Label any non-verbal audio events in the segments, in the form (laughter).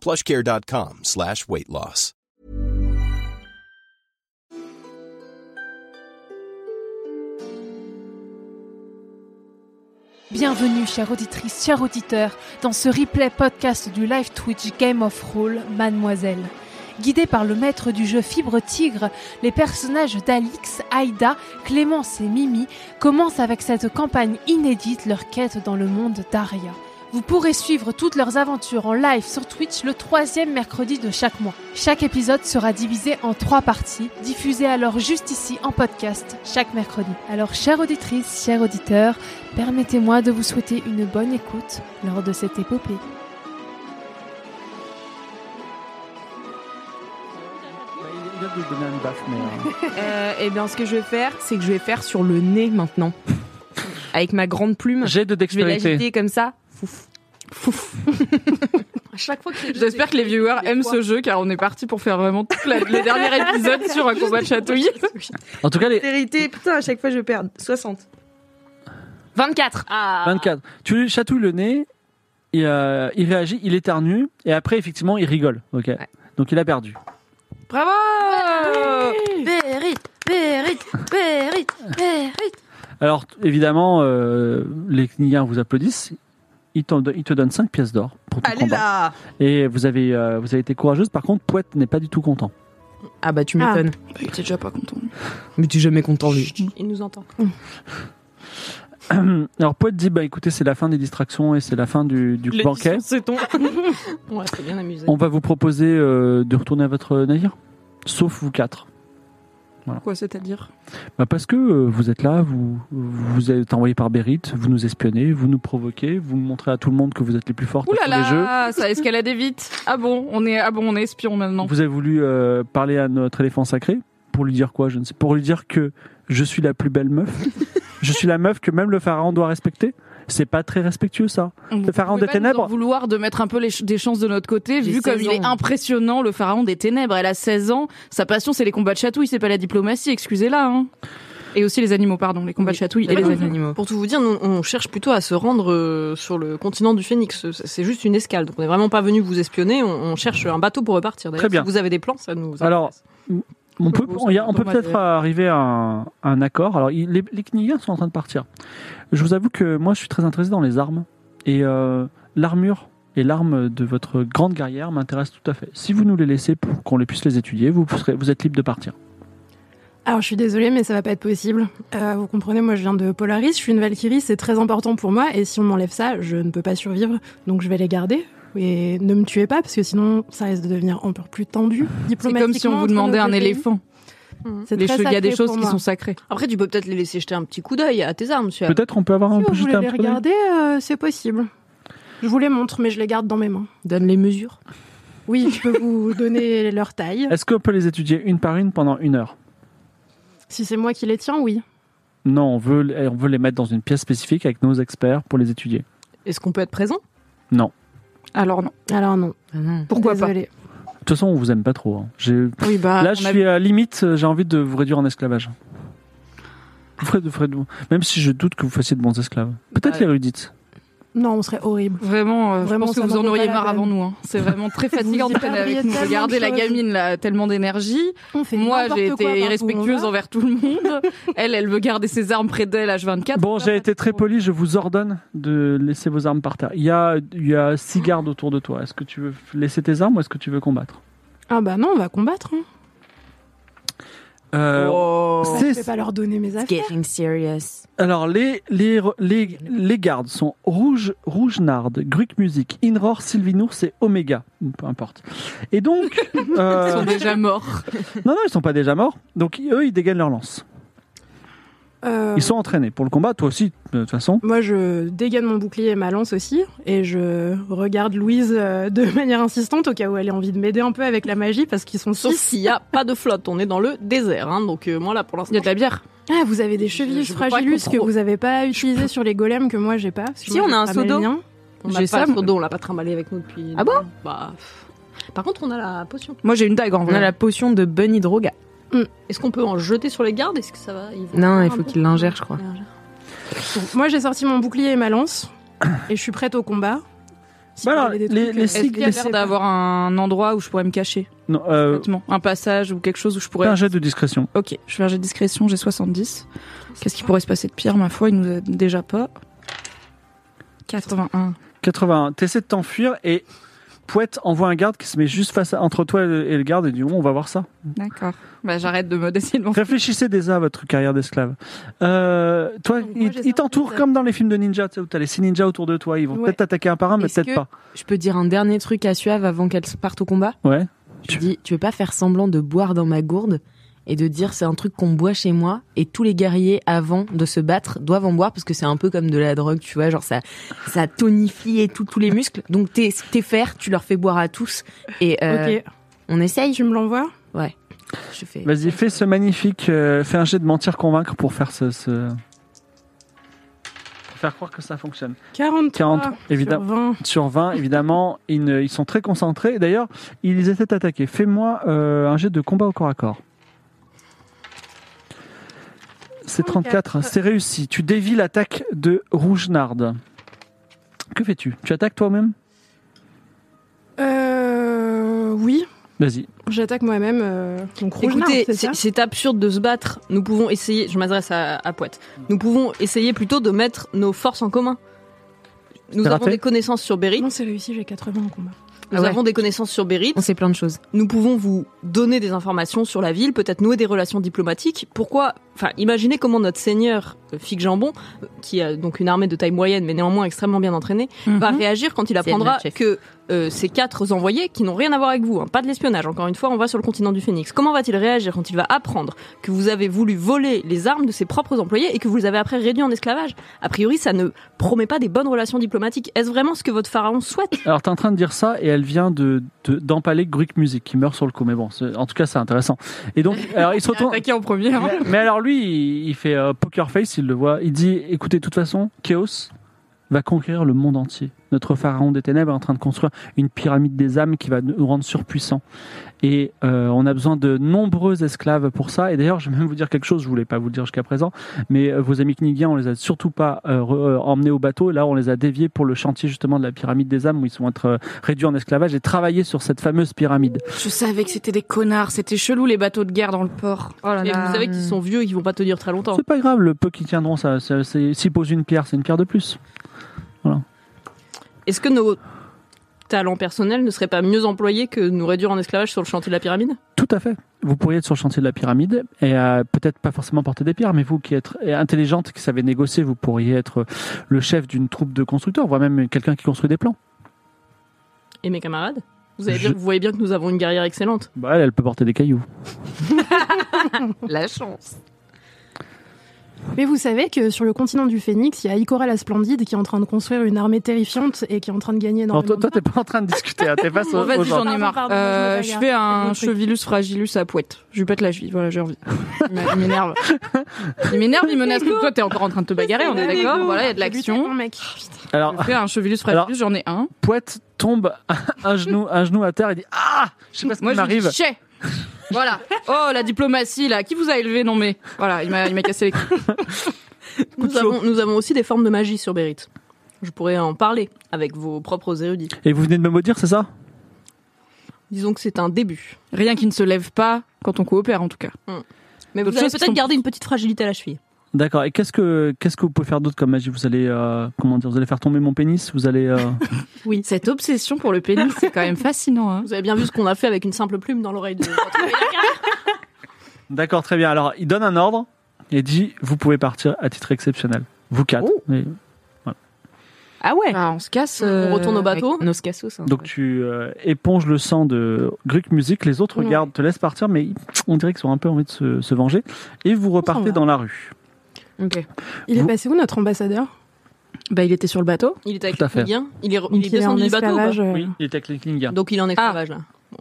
plushcare.com slash weight loss. Bienvenue, chère auditrice, chers auditeurs, dans ce replay podcast du live Twitch Game of Roll Mademoiselle. Guidés par le maître du jeu Fibre Tigre, les personnages d'Alix, Aïda, Clémence et Mimi commencent avec cette campagne inédite leur quête dans le monde d'Aria. Vous pourrez suivre toutes leurs aventures en live sur Twitch le troisième mercredi de chaque mois. Chaque épisode sera divisé en trois parties, diffusées alors juste ici en podcast chaque mercredi. Alors chère auditrice, chers auditeurs, permettez-moi de vous souhaiter une bonne écoute lors de cette épopée. Euh, eh bien, ce que je vais faire, c'est que je vais faire sur le nez maintenant. Avec ma grande plume. J'ai de Je vais dextérité. l'agiter comme ça. Fouf. Fouf. À chaque fois que c'est J'espère que les viewers aiment ce jeu car on est parti pour faire vraiment tout la- le dernier (laughs) épisode sur un combat de chatouille. En tout cas, les (laughs) Vérité, putain, à chaque fois je perds. 60. 24. Ah 24. Tu lui chatouilles le nez, et, euh, il réagit, il éternue, et après, effectivement, il rigole. Ok. Donc il a perdu. Bravo Ah, Vérité, vérité, vérité, vérité. Alors, t- évidemment, euh, les Kniens vous applaudissent. Ils, t'en don- ils te donnent 5 pièces d'or pour ton Allez combat. là Et vous avez, euh, vous avez été courageuse. Par contre, Poète n'est pas du tout content. (clears throat) Ah bah tu m'étonnes. Il était déjà pas content. Mais tu es jamais content lui. Il nous entend. Alors, Poète dit bah, écoutez, c'est la fin des distractions et c'est la fin du, du banquet. C'est ton. Ouais, c'est bien amusé. On va vous proposer euh, de retourner à votre navire. Sauf vous quatre. Quoi, c'est-à-dire Bah, parce que euh, vous êtes là, vous, vous êtes envoyé par Berit, vous nous espionnez, vous nous provoquez, vous montrez à tout le monde que vous êtes les plus forts Ouh là sur les jeux. là, ça a escaladé vite. Ah bon, on est, ah bon, on est espion maintenant. Vous avez voulu euh, parler à notre éléphant sacré pour lui dire quoi Je ne sais. Pour lui dire que je suis la plus belle (laughs) meuf. je suis la meuf que même le pharaon doit respecter. C'est pas très respectueux ça. Vous Le pharaon pouvez des pas nous ténèbres. en vouloir de mettre un peu les ch- des chances de notre côté, J'ai vu comme 16 il est ans. impressionnant, le pharaon des ténèbres. Elle a 16 ans, sa passion c'est les combats de chatouilles, c'est pas la diplomatie, excusez-la. hein. Et aussi les animaux, pardon, les combats de Oui. chatouilles et les animaux. Pour tout vous dire, nous, on cherche plutôt à se rendre euh, sur le continent du Phénix. Euh, C'est juste une escale, donc on n'est vraiment pas venu vous espionner. On, on cherche un bateau pour repartir. D'ailleurs, Très bien. Si vous avez des plans, ça nous intéresse. Alors, On peut, beau, on, ça y a- on peut dommage, peut-être ouais. arriver à un, un accord. Alors, il- les, les Knigiens sont en train de partir. Je vous avoue que moi, je suis très intéressé dans les armes. Et euh, l'armure et l'arme de votre grande guerrière m'intéressent tout à fait. Si vous nous les laissez pour qu'on les puisse les étudier, vous, serez- vous êtes libre de partir. Alors je suis désolée mais ça va pas être possible. Euh, vous comprenez, moi je viens de Polaris, je suis une Valkyrie, c'est très important pour moi et si on m'enlève ça, je ne peux pas survivre, donc je vais les garder. Et ne me tuez pas parce que sinon ça risque de devenir encore plus tendu. C'est comme si on vous demandait un éléphant. Mmh. Les che- Il y a des choses qui sont sacrées. Après, tu peux peut-être les laisser jeter un petit coup d'œil à tes armes, monsieur. Peut-être on peut avoir un Euh, Si vous juste voulez un les petit peu- regarder, euh, c'est possible. Je vous les montre mais je les garde dans mes mains. Donne les mesures. Oui, je peux vous donner leur taille. Est-ce qu'on peut les étudier une par une pendant une heure Si c'est moi qui les tiens, oui. Non, on veut, eh, on veut les mettre dans une pièce spécifique avec nos experts pour les étudier. Est-ce qu'on peut être présent Alors non. Alors non. Ah Pourquoi pas Désolée. De toute façon, on vous aime pas trop. hein. J'ai- Oui, Ah, bah, Là, je on a- suis à limite, euh, j'ai envie de vous réduire en esclavage. Ah. Vous ferez de- vous ferez de- Même si je doute que vous fassiez de bons esclaves. Peut-être Bah, les rudites. Non, on serait horrible. Vraiment, euh, Vraiment, je pense que ça vous n'en en vaut auriez pas la marre peine. avant nous. hein. C'est vraiment (laughs) très fatigant y de traîner perdriez avec nous. tellement de Regardez la choses. gamine, là, tellement d'énergie. On fait Moi, j'ai n'importe quoi été partout où on irrespectueuse va. envers tout le (laughs) monde. elle, elle veut garder ses armes près d'elle, H24. Bon, j'ai été très poli, je vous ordonne de laisser vos armes par terre. Il y a, il y a six gardes autour de toi. Est-ce que tu veux laisser tes armes ou est-ce que tu veux combattre Ah bah non, on va combattre. hein. Oh. Euh, Je c'est- vais pas leur donner mes affaires. Getting serious. Alors, les, les, les, les gardes sont Rouge, Rouge Nard, Gruc Music, Inror, Sylvinours et Omega. Peu importe. Et donc. (laughs) euh, Ils sont déjà morts. Non, non, ils sont pas déjà morts. Donc, eux, ils dégainent leur lance. Euh, Ils sont entraînés pour le combat, toi aussi, de toute façon. Moi, je dégaine mon bouclier et ma lance aussi, et je regarde Louise euh, de (laughs) manière insistante au cas où elle ait envie de m'aider un peu avec la magie, parce qu'ils sont Sauf six. s'il n'y a pas de flotte, on est dans le désert. hein, donc euh, moi là pour l'instant. Il y a de la bière. Ah, vous avez des Je- chevilles je peux pas fragiles qu'on que pro- vous n'avez pas utilisées sur les golems que moi j'ai pas. parce que Si, moi, on je a un ramène seau d'eau. le mien. On J'ai n'a ça, pas moi. le dos, on l'a pas trimballé avec nous depuis. Ah bon Bah. pff. Par contre, on a la potion. Moi, j'ai une dague en On a vrai. la potion de Bunny Droga. Est-ce qu'on peut en jeter sur les gardes Est-ce que ça va Ils vont Non, faire il un faut peu qu'ils l'ingèrent, je crois. Donc, moi, j'ai sorti mon bouclier et ma lance, et je suis prête au combat. Si Bah vous alors, voulez des les- trucs, les euh, six- Est-ce qu'il y a l'air d'avoir un endroit où je pourrais me cacher Non, euh, Honnêtement, Un passage ou quelque chose où je pourrais. un jet de discrétion. Ok, je vais un jet de discrétion, j'ai 70. Qu'est-ce qui pourrait se passer de pire Ma foi, il nous a déjà pas. 81. 81. T'essaies de t'enfuir et Pouette envoie un garde qui se met juste face à- entre toi et le et le garde et dit bon, on va voir ça. D'accord. Bah, j'arrête de me d'essayer de m'en Réfléchissez déjà à votre carrière d'esclave. Euh, toi, Donc, moi, ils j'ai ils t'entourent sorti de- comme dans les films de ninja, tu sais, où t'as les six ninjas autour de toi. Ils vont Ouais. peut-être t'attaquer un par un, mais Est-ce peut-être que- pas. Je peux dire un dernier truc à Suave avant qu'elle parte au combat Ouais. Je dis, tu veux pas faire semblant de boire dans ma gourde et de dire c'est un truc qu'on boit chez moi et tous les guerriers avant de se battre doivent en boire parce que c'est un peu comme de la drogue, tu vois, genre ça ça tonifie et tout tous les muscles. Donc tes tes fers, tu leur fais boire à tous et euh, Ok, on essaye. tu me l'envoies Je fais Vas-y, fais ce magnifique. euh, fais un jet de mentir convaincre pour faire ce. ce- pour faire croire que ça fonctionne. 40 40, évidemment. Sur 20. Sur 20, évidemment, ils, ne- ils sont très concentrés. Et D'ailleurs, ils étaient attaqués. Fais-moi euh, un jet de combat au corps à corps. C'est 34, c'est réussi. Tu dévis l'attaque de Rougenard. Que fais-tu Tu attaques toi-même Euh, oui, Vas-y. j'attaque moi-même. euh, donc rouge Écoutez, c'est c'est- ça c'est absurde de se battre. Nous pouvons essayer. Je m'adresse à, à Poète. Nous pouvons essayer plutôt de mettre nos forces en commun. Nous T'as avons raté des connaissances sur Berit. Non, Ah c'est réussi, j'ai 80 en combat. Nous Ah ouais. avons des connaissances sur Berit. on sait plein de choses. Nous pouvons vous donner des informations sur la ville, peut-être nouer des relations diplomatiques. Pourquoi Enfin, imaginez comment notre seigneur euh, Fig Jambon, euh, qui a donc une armée de taille moyenne mais néanmoins extrêmement bien entraînée, va Mhm. réagir quand il C'est apprendra notre chef. que euh, ces quatre envoyés, qui n'ont rien à voir avec vous, hein, pas de l'espionnage, encore une fois, on va sur le continent du Phénix. Comment va-t-il réagir quand il va apprendre que vous avez voulu voler les armes de ses propres employés et que vous les avez après réduits en esclavage A priori, ça ne promet pas des bonnes relations diplomatiques. Est-ce vraiment ce que votre pharaon souhaite Alors, t'es en train de dire ça et elle vient de de- d'empaler Gruik Music qui meurt sur le coup. Mais bon, c'est- en tout cas, c'est intéressant. Et donc, alors, il se retourne. en premier. hein. Mais, mais alors lui, il- il fait euh, poker face, il le voit. Il dit, écoutez, de toute façon, Chaos va conquérir le monde entier. Notre pharaon des ténèbres est en train de construire une pyramide des âmes qui va nous rendre surpuissants. Et euh, on a besoin de nombreux esclaves pour ça. Et d'ailleurs, je vais même vous dire quelque chose, je voulais pas vous le dire jusqu'à présent, mais euh, vos amis Knigiens, on les a surtout pas euh, re- euh, emmenés au bateau. Là, on les a déviés pour le chantier justement de la pyramide des âmes où ils vont être euh, réduits en esclavage et travailler sur cette fameuse pyramide. Je savais que c'était des connards, c'était chelou les bateaux de guerre dans le port. Oh là Et là. vous savez qu'ils sont vieux et qu'ils vont pas tenir très longtemps. C'est pas grave, le peu qui tiendront, ça, ça- c'est- s'ils posent une pierre, c'est une pierre de plus. Est-ce que nos talents personnels ne seraient pas mieux employés que nous réduire en esclavage sur le chantier de la pyramide Tout à fait. Vous pourriez être sur le chantier de la pyramide et euh, peut-être pas forcément porter des pierres, mais vous qui êtes intelligente, qui savez négocier, vous pourriez être euh, le chef d'une troupe de constructeurs, voire même quelqu'un qui construit des plans. Et mes camarades vous, avez Je- bien- vous voyez bien que nous avons une guerrière excellente. Bah, elle, elle peut porter des cailloux. La chance. Mais vous savez que sur le continent du Phénix, il y a Ikora la Splendide qui est en train de construire une armée terrifiante et qui est en train de gagner Non, énormément toi, de toi, t'es pas en train de discuter, hein, t'es face Bon, aux, aux Oh, vas-y, gens. j'en ai marre. Pardon, pardon, moi, je me Euh, je bagarre. fais un Autre truc. chevilus fragilus à pouette. Je lui pète la cheville, voilà, j'ai envie. (laughs) Il m'énerve. Il m'énerve, il menace tout. Toi, t'es encore en train de te bagarrer, on est d'accord Voilà, il y a de l'action. Un mec. Alors, Je fais un chevilus fragilus, j'en ai un. Poète tombe (laughs) un genou, un genou à terre et dit Ah Je sais pas ce Moi, qui je lui m'arrive. dis chais. Voilà. Oh, la diplomatie, là. Qui vous a élevé Non, mais. Voilà, il m'a il m'a cassé les couilles. Nous avons, nous avons aussi des formes de magie sur Berit. Je pourrais en parler avec vos propres érudits. Et vous venez de me maudire, c'est ça Disons que c'est un début. Rien qui ne se lève pas quand on coopère, en tout cas. Mais vous D'autres allez choses qui peut-être sont- garder une petite fragilité à la cheville. D'accord. Et qu'est-ce que qu'est-ce que vous pouvez faire d'autre comme magie Vous allez euh, comment dire Vous allez faire tomber mon pénis Vous allez euh, Oui. Cette obsession pour le pénis, c'est quand même fascinant. Hein. Vous avez bien vu ce qu'on a fait avec une simple plume dans l'oreille de votre D'accord, très bien. Alors, il donne un ordre et dit Vous pouvez partir à titre exceptionnel. Vous quatre. Oh. Et (laughs) Ah ouais. Ah, on se casse. On retourne au bateau. Nos cassos. Ah, hein. donc, tu euh, éponges le sang de Gruc Music. Les autres Ouais. gardes te laissent partir, mais on dirait qu'ils ont un peu envie de se, se venger. Et vous repartez Oh, va. dans la rue. Ok. Il Vous- est passé où notre ambassadeur Bah, il était sur le bateau. Il était avec Tout à les fait. Klingiens. Il est, re- il Donc, est Ah. est en descendu du bateau. ou pas esclavage. euh, Oui, il était avec les Klingons. Donc il est en esclavage là.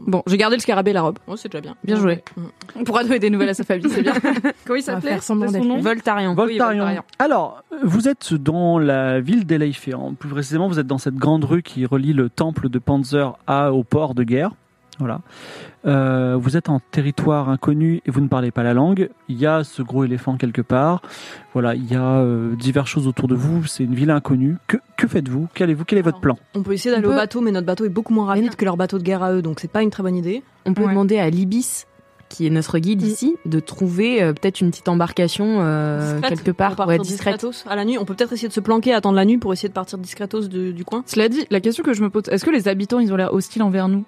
Bon, j'ai gardé le scarabée et la robe. Oh, c'est déjà bien. Bien joué. Mm. On pourra donner des nouvelles à sa famille, c'est (laughs) bien. Comment il On va s'appelait faire semblant C'est d'être son nom lui. Voltarion. Voltarion. Oui, Alors, euh, vous êtes dans la ville d'Eleiféan. Plus précisément, vous êtes dans cette grande rue qui relie le temple de Panzer à au port de guerre. Voilà. Euh, vous êtes en territoire inconnu et vous ne parlez pas la langue. Il y a ce gros éléphant quelque part. Voilà, il y a euh, diverses choses autour de vous. C'est une ville inconnue. Que, que faites-vous Qu'allez-vous Quel est votre plan On peut essayer d'aller On au peut- bateau, mais notre bateau est beaucoup moins rapide que leur bateau de guerre à eux, donc c'est pas une très bonne idée. On peut Ouais. demander à Libis, qui est notre guide Mm. ici, de trouver euh, peut-être une petite embarcation euh, Discrète, quelque On part, part ouais, discrète. discretos à la nuit. On peut peut-être essayer de se planquer, attendre la nuit pour essayer de partir discretos de- du coin. Cela dit, la question que je me pose, est-ce que les habitants, ils ont l'air hostiles envers nous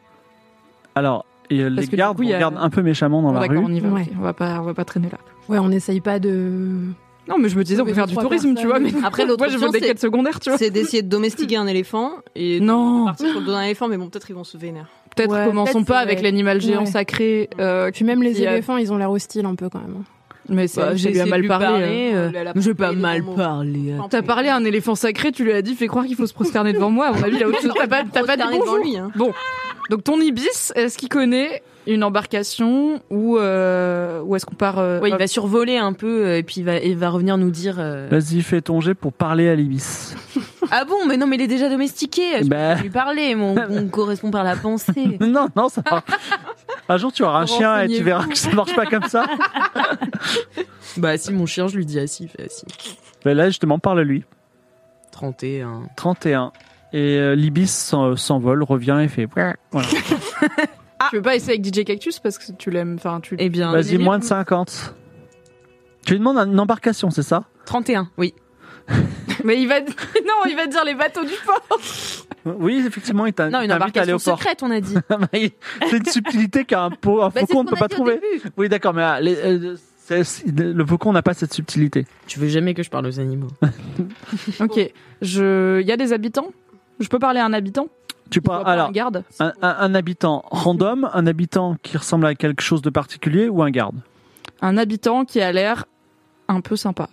Alors, et, euh, les Parce que du gardes vous coup, il y a- regardent un peu méchamment dans Bon, la D'accord, rue. on y va. ok. Ouais. On va pas, on va pas traîner là. Ouais, on n'essaye pas de. Non, mais je me disais, on peut Sauver faire du trois tourisme, tu vois. Mais (laughs) personnes. Après, l'autre moi, je veux option, des c'est- quêtes secondaires, tu vois. c'est d'essayer de domestiquer un éléphant et de Non. partir sur le dos d'un éléphant, mais bon, peut-être ils vont se vénérer. Peut-être Ouais, commençons peut-être pas c'est avec vrai. l'animal géant Ouais. sacré. euh, Puis même les qui a- éléphants, ils ont l'air hostiles un peu quand même. Mais c'est- Bah, j'ai bien essayé de mal lui parlé. euh. parler, euh, Elle a mais je vais hein. pas pas les mal bons mots. parler. euh. T'as parlé (laughs) à un éléphant sacré, tu lui as dit, fais croire qu'il faut se prosterner devant moi. À mon avis, il a autre chose. (laughs) T'as pas, t'as pas dit Prosterner devant bonjour. lui, hein. Donc ton ibis, est-ce qu'il connaît une embarcation ou euh, ou est-ce qu'on part euh, Ouais, il hop, va survoler un peu euh, et puis il va, il va revenir nous dire. euh, Vas-y, fais ton jet pour parler à l'ibis. ah bon, mais non, mais il est déjà domestiqué. euh, Je Bah- peux lui parler, (laughs) mais on, on correspond par la pensée. Non, non, ça va. Un jour, tu auras un chien et tu Renseignez-vous. verras que ça marche pas comme ça. (laughs) bah si, mon chien, je lui dis assis, fait assis. Mais là, justement, parle à lui. 31. 31. Et euh, l'ibis s'en- s'envole, revient et fait. Voilà. Ah, Ah, Tu veux pas essayer avec DJ Cactus parce que tu l'aimes, enfin tu. Eh bien, Vas-y, moins de 50. Tu lui demandes un- une embarcation, c'est ça 31, oui. Mais il va (laughs) non, il va dire les bateaux du port. Oui, effectivement, il t'a- Non, une t'invite à aller embarcation Bah, au port. secrète, on a dit. (laughs) c'est une subtilité qu'un po- un faucon ne peut pas trouver. Oui, d'accord, mais ah, les- euh, c'est- c'est- le faucon n'a pas cette subtilité. (laughs) Tu veux jamais que je parle aux (laughs) animaux. Ok, je, il y a des habitants. Je peux parler à un habitant. Tu Il doit parles, pas alors, Bah, un garde. un, un- un habitant random, un habitant qui ressemble à quelque chose de particulier ou un garde Un habitant qui a l'air un peu sympa,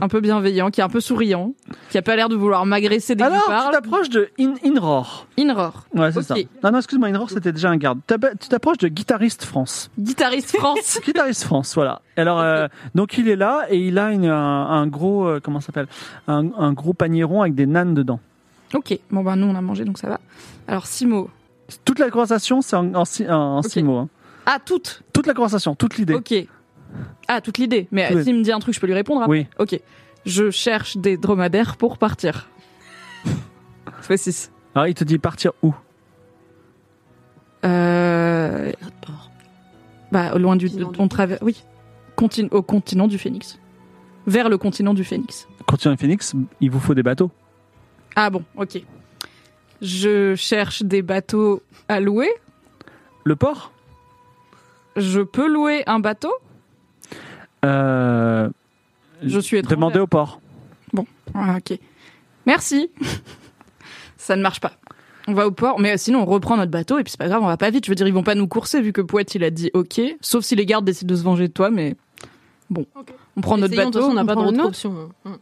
un peu bienveillant, qui est un peu souriant, qui a pas l'air de vouloir m'agresser dès que Alors, je tu parle. t'approches de In- Inroar. Inror, Ouais, c'est Ok. ça. Non, non, excuse-moi, Inroar, c'était déjà un garde. T'app- Tu t'approches de Guitariste France. guitariste France. Guitariste France, voilà. Alors, euh, donc il est là et il a une, un, un gros, euh, comment ça s'appelle un, un gros panier rond avec des nanes dedans. (laughs) ok, bon bah nous on a mangé donc ça va. Alors six mots. Toute la conversation, c'est en, en, six- en- en six Ok. mots. hein. Ah toutes. Toute la conversation, toute l'idée. Ok. Ah toute l'idée. Mais Oui. euh, s'il me dit un truc, je peux lui répondre. hein Oui. Ok. Je cherche des dromadaires pour (laughs) partir. Ça fait six. Alors, il te dit partir où Euh, Bah, loin du. Continent du on traverse. Oui. Contin- au continent du Phénix. Vers le continent du Phénix. Continent Phoenix, il vous faut des bateaux. Ah bon, ok. Je cherche des bateaux à louer. Le port Je peux louer un bateau. euh, Je suis étrangère. Demandez au port. Ah, ok. Merci. (laughs) Ça ne marche pas. On va au port, mais sinon on reprend notre bateau et puis c'est pas grave, on va pas vite. Je veux dire, ils vont pas nous courser vu que Poète il a dit ok, sauf si les gardes décident de se venger de toi, mais bon, Ok. on prend notre Essayons, de toute bateau. façon, on n'a pas on prend le d'autre nôtre. option. hein.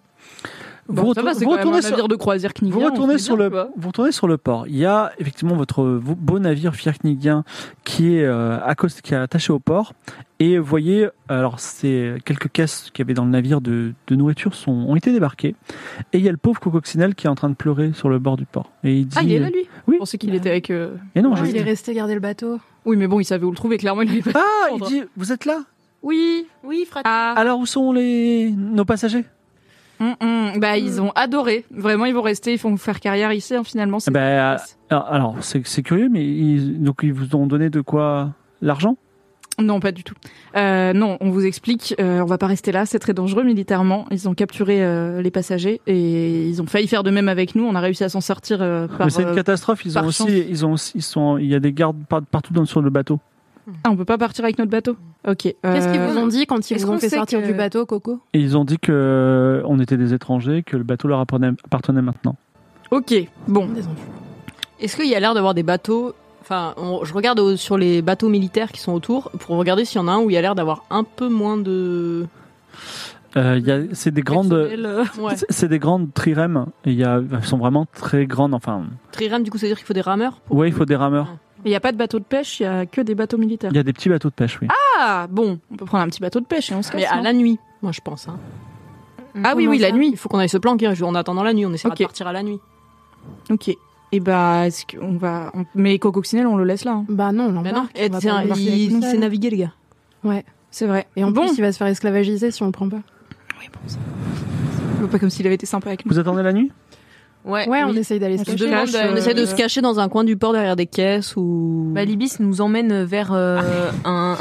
Bon, vous ça va, retournez, c'est vous quand même retournez un sur, navire de croisière Vous knigien, on retournez, fait sur bien, le, tu vois. vous retournez sur le port. Il y a effectivement votre vo- beau navire firknigien qui est, euh, accost- qui est attaché au port. Et vous voyez, alors c'est quelques caisses qu'il y avait dans le navire de, de nourriture sont, ont été débarquées. Et il y a le pauvre cococcinelle qui est en train de pleurer sur le bord du port. Et il dit, Ah, il est là lui Oui. Je pensais qu'il était avec. euh, Eh non, je- il est resté garder le bateau. Oui, mais bon, il savait où le trouver. Clairement, il avait pas. Ah, il Prendre. dit, vous êtes là Oui. Oui, frère. Ah. Alors où sont les nos passagers Hum, hum. Bah, ils ont adoré. Vraiment, ils vont rester. Ils vont faire carrière ici. hein, finalement, c'est. Ben, alors- alors c'est c'est curieux, mais ils, donc ils vous ont donné de quoi l'argent Non, pas du tout. Euh, non, on vous explique. euh, on va pas rester là. C'est très dangereux militairement. Ils ont capturé euh, les passagers et ils ont failli faire de même avec nous. On a réussi à s'en sortir euh, par. Ah, Mais c'est une euh, catastrophe. Ils ont par aussi, chance. ils ont aussi, ils sont, il y a des gardes par- partout dans, sur le bateau. Ah, on peut pas partir avec notre bateau. Ok. Qu'est-ce qu'ils euh, vous ont dit quand ils est-ce vous ont qu'on fait sait sortir que- du bateau, Coco Et ils ont dit que euh, on était des étrangers, que le bateau leur appartenait, appartenait maintenant. Ok. Bon. Des enfants. Est-ce qu'il y a l'air d'avoir des bateaux Enfin, on- je regarde au- sur les bateaux militaires qui sont autour pour regarder s'il y en a un où il y a l'air d'avoir un peu moins de. Euh, il y a- c'est des grandes, c'est- c'est des grandes trirèmes. Et Il y a, elles sont vraiment très grandes. Enfin, Trirème, du coup, ça veut dire qu'il faut des rameurs pour- ouais, il faut des rameurs. Il n'y a pas de bateau de pêche, il y a que des bateaux militaires. Il y a des petits bateaux de pêche, oui. Ah, bon, on peut prendre un petit bateau de pêche et on se casse. Mais à non la nuit, moi je pense. hein. Ah oui, oui, la nuit. Il faut qu'on aille se planquer un jour en attendant la nuit. On essaiera Ok. de partir à la nuit. Ok. Et bah, est-ce qu'on va. on- Mais Coco Coccinelle, on le laisse là. hein. Bah non, on Mais l'embarque, Ben non, eh, on va pas tiens, le laisser avec il nous sait seul. naviguer, les gars. C'est vrai. Et en bon, plus, il va se faire esclavagiser si on le prend pas. c'est pas comme s'il avait été sympa avec nous. Vous attendez la nuit Ouais, Ouais, on oui. essaye d'aller se On se cacher. demande, Cache, euh, On euh, essaie de se cacher dans un coin du port derrière des caisses ou. Bah, Libis nous emmène vers euh, un.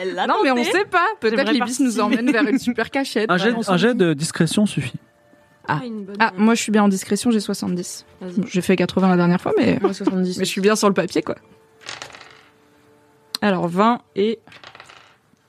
Elle l'a Ah Non, mais on tenté. sait pas. Peut-être J'aimerais l'Ibis nous emmène vers une super cachette. Un jet, Voilà. un jet de discrétion suffit. Ah, une bonne- Ah, moi je suis bien en discrétion, j'ai 70. Vas-y. Bon, J'ai fait 80 la dernière fois, mais, Moi, 70. mais je suis bien sur le papier, quoi. Alors 20 et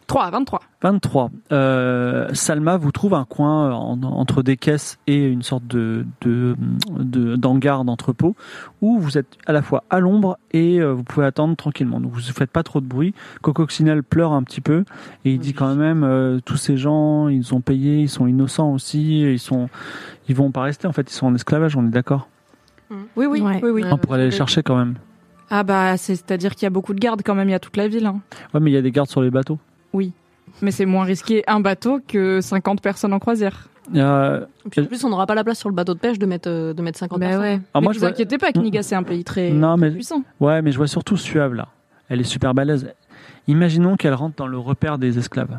3, 23. 23. Euh, Salma vous trouve un coin euh, en- entre des caisses et une sorte de de- de- d'hangar d'entrepôt où vous êtes à la fois à l'ombre et euh, vous pouvez attendre tranquillement. Donc vous ne faites pas trop de bruit. Cococcinelle pleure un petit peu et il dit quand même euh, tous ces gens ils ont payé, ils sont innocents aussi, ils sont ils vont pas rester en fait, ils sont en esclavage, on est d'accord. Oui, oui, Ouais. oui, oui. On pourrait aller les chercher quand même. Ah bah, c'est- c'est-à-dire qu'il y a beaucoup de gardes quand même, il y a toute la ville. hein. Ouais, mais il y a des gardes sur les bateaux. Mais c'est moins risqué un bateau que 50 personnes en croisière. Euh, Et puis, en plus, on n'aura pas la place sur le bateau de pêche de mettre, euh, de mettre 50 Bah personnes. alors Bah mais Ah, moi, ne je vous vois- inquiétez pas, Kniga, c'est un pays très Non, mais puissant. Ouais, mais je vois surtout Suave là. Elle est super balèze. Imaginons qu'elle rentre dans le repère des esclaves.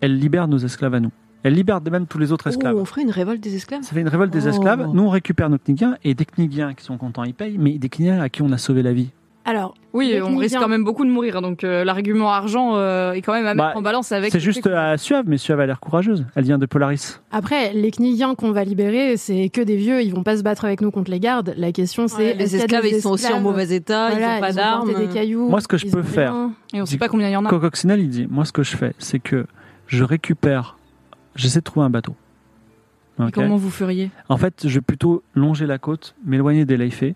Elle libère nos esclaves à nous. Elle libère même tous les autres esclaves. Oh, on ferait une révolte des esclaves. Ça fait une révolte des Oh. esclaves. Nous, on récupère nos Knigiens et des Knigiens qui sont contents, ils payent, mais des Knigiens à qui on a sauvé la vie. Alors, Oui, Les on risque Knigiens. quand même beaucoup de mourir, donc euh, l'argument argent euh, est quand même à Bah, mettre en balance avec. C'est juste euh, à Suave, mais Suave a l'air courageuse. Elle vient de Polaris. après, les Knigiens qu'on va libérer, c'est que des vieux, ils vont pas se battre avec nous contre les gardes. La question, c'est. est-ce qu'il y les a des esclaves, ils sont aussi en esclaves mauvais état, Voilà, ils n'ont pas ils ont porté d'armes. des cailloux. Moi, ce que je ils peux ont faire, rien. Et on sait pas combien il y en a. Cococcinelle, il dit Moi, ce que je fais, c'est que je récupère. J'essaie de trouver un bateau. Et Ok. Comment vous feriez En fait, je vais plutôt longer la côte, m'éloigner des laifés,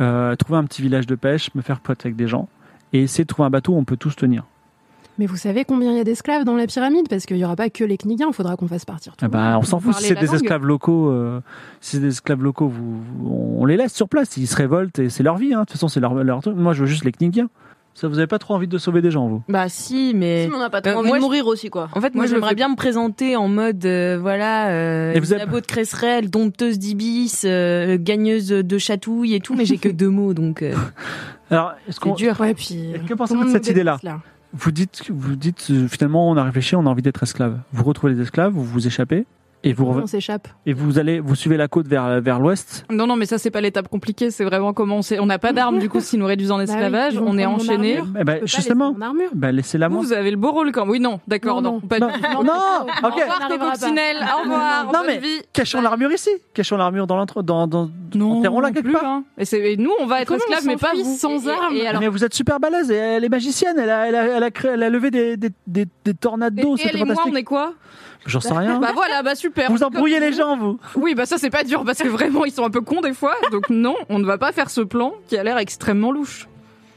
euh, trouver un petit village de pêche, me faire pote avec des gens, et essayer de trouver un bateau où on peut tous tenir. Mais vous savez combien il y a d'esclaves dans la pyramide Parce qu'il y aura pas que les Knigiens, il faudra qu'on fasse partir tout. Ah le monde. bah, on s'en Vous fout si parlez c'est la des langue esclaves locaux. euh, si c'est des esclaves locaux, vous, vous- on les laisse sur place. Ils se révoltent et c'est leur vie. hein. De toute façon, c'est leur, leur truc. Moi, je veux juste les Knigiens. Ça, vous avez pas trop envie de sauver des gens, vous Bah, si, mais. Si, mais on n'a pas trop Euh, envie moi, de je- mourir aussi, quoi. En fait, moi, Moi, je le j'aimerais fais bien me présenter en mode, euh, voilà, euh, Et vous avez- labo de Cresserelle, dompteuse d'ibis, euh, gagneuse de chatouille et tout, mais j'ai que deux mots, donc euh, Alors, est-ce c'est qu'on dur. Ouais, puis. Et que tout le pensez-vous monde de cette nous idée-là déteste, vous dites, vous dites, euh, finalement, on a réfléchi, on a envie d'être esclave. Vous retrouvez les esclaves, vous vous échappez et vous On revenez- s'échappe. et vous allez, vous suivez la côte vers vers l'ouest. Non, non, mais ça, c'est pas l'étape compliquée. C'est vraiment comment on sait. On n'a pas d'armes, du coup, si nous (laughs) réduisons en Bah oui, esclavage, ils vont on est prendre mon enchaîné. armure. Eh ben, On peut pas laisser justement, mon armure. ben, laissez-la moi. Vous, vous avez le beau rôle quand même. Oui, non, d'accord, Non, non. non. pas- Non, Non, non, non, ok. Au revoir, On arrivera Coccinelle. Au revoir. Non, bonne mais- vie. Cachons l'armure ici. Cachons l'armure dans l'entre. Dans, dans... enterrons-la non quelque plus, part. hein. Et, c'est- et nous, on va être Comment on esclaves, mais pas s'enfuit vous. sans Et- et- armes Et, alors, Mais vous êtes super balèze. et Elle est magicienne. Elle a, elle a, elle a, créé- elle a levé des, des, des, des tornades et- d'eau. et elle C'était et moi, on fantastique. est quoi J'en (laughs) sais rien. Bah voilà, bah super. vous embrouillez les gens, vous. Oui, bah ça, c'est pas dur parce que vraiment, ils sont un peu cons des fois. Donc non, on ne va pas faire ce plan qui a l'air extrêmement louche.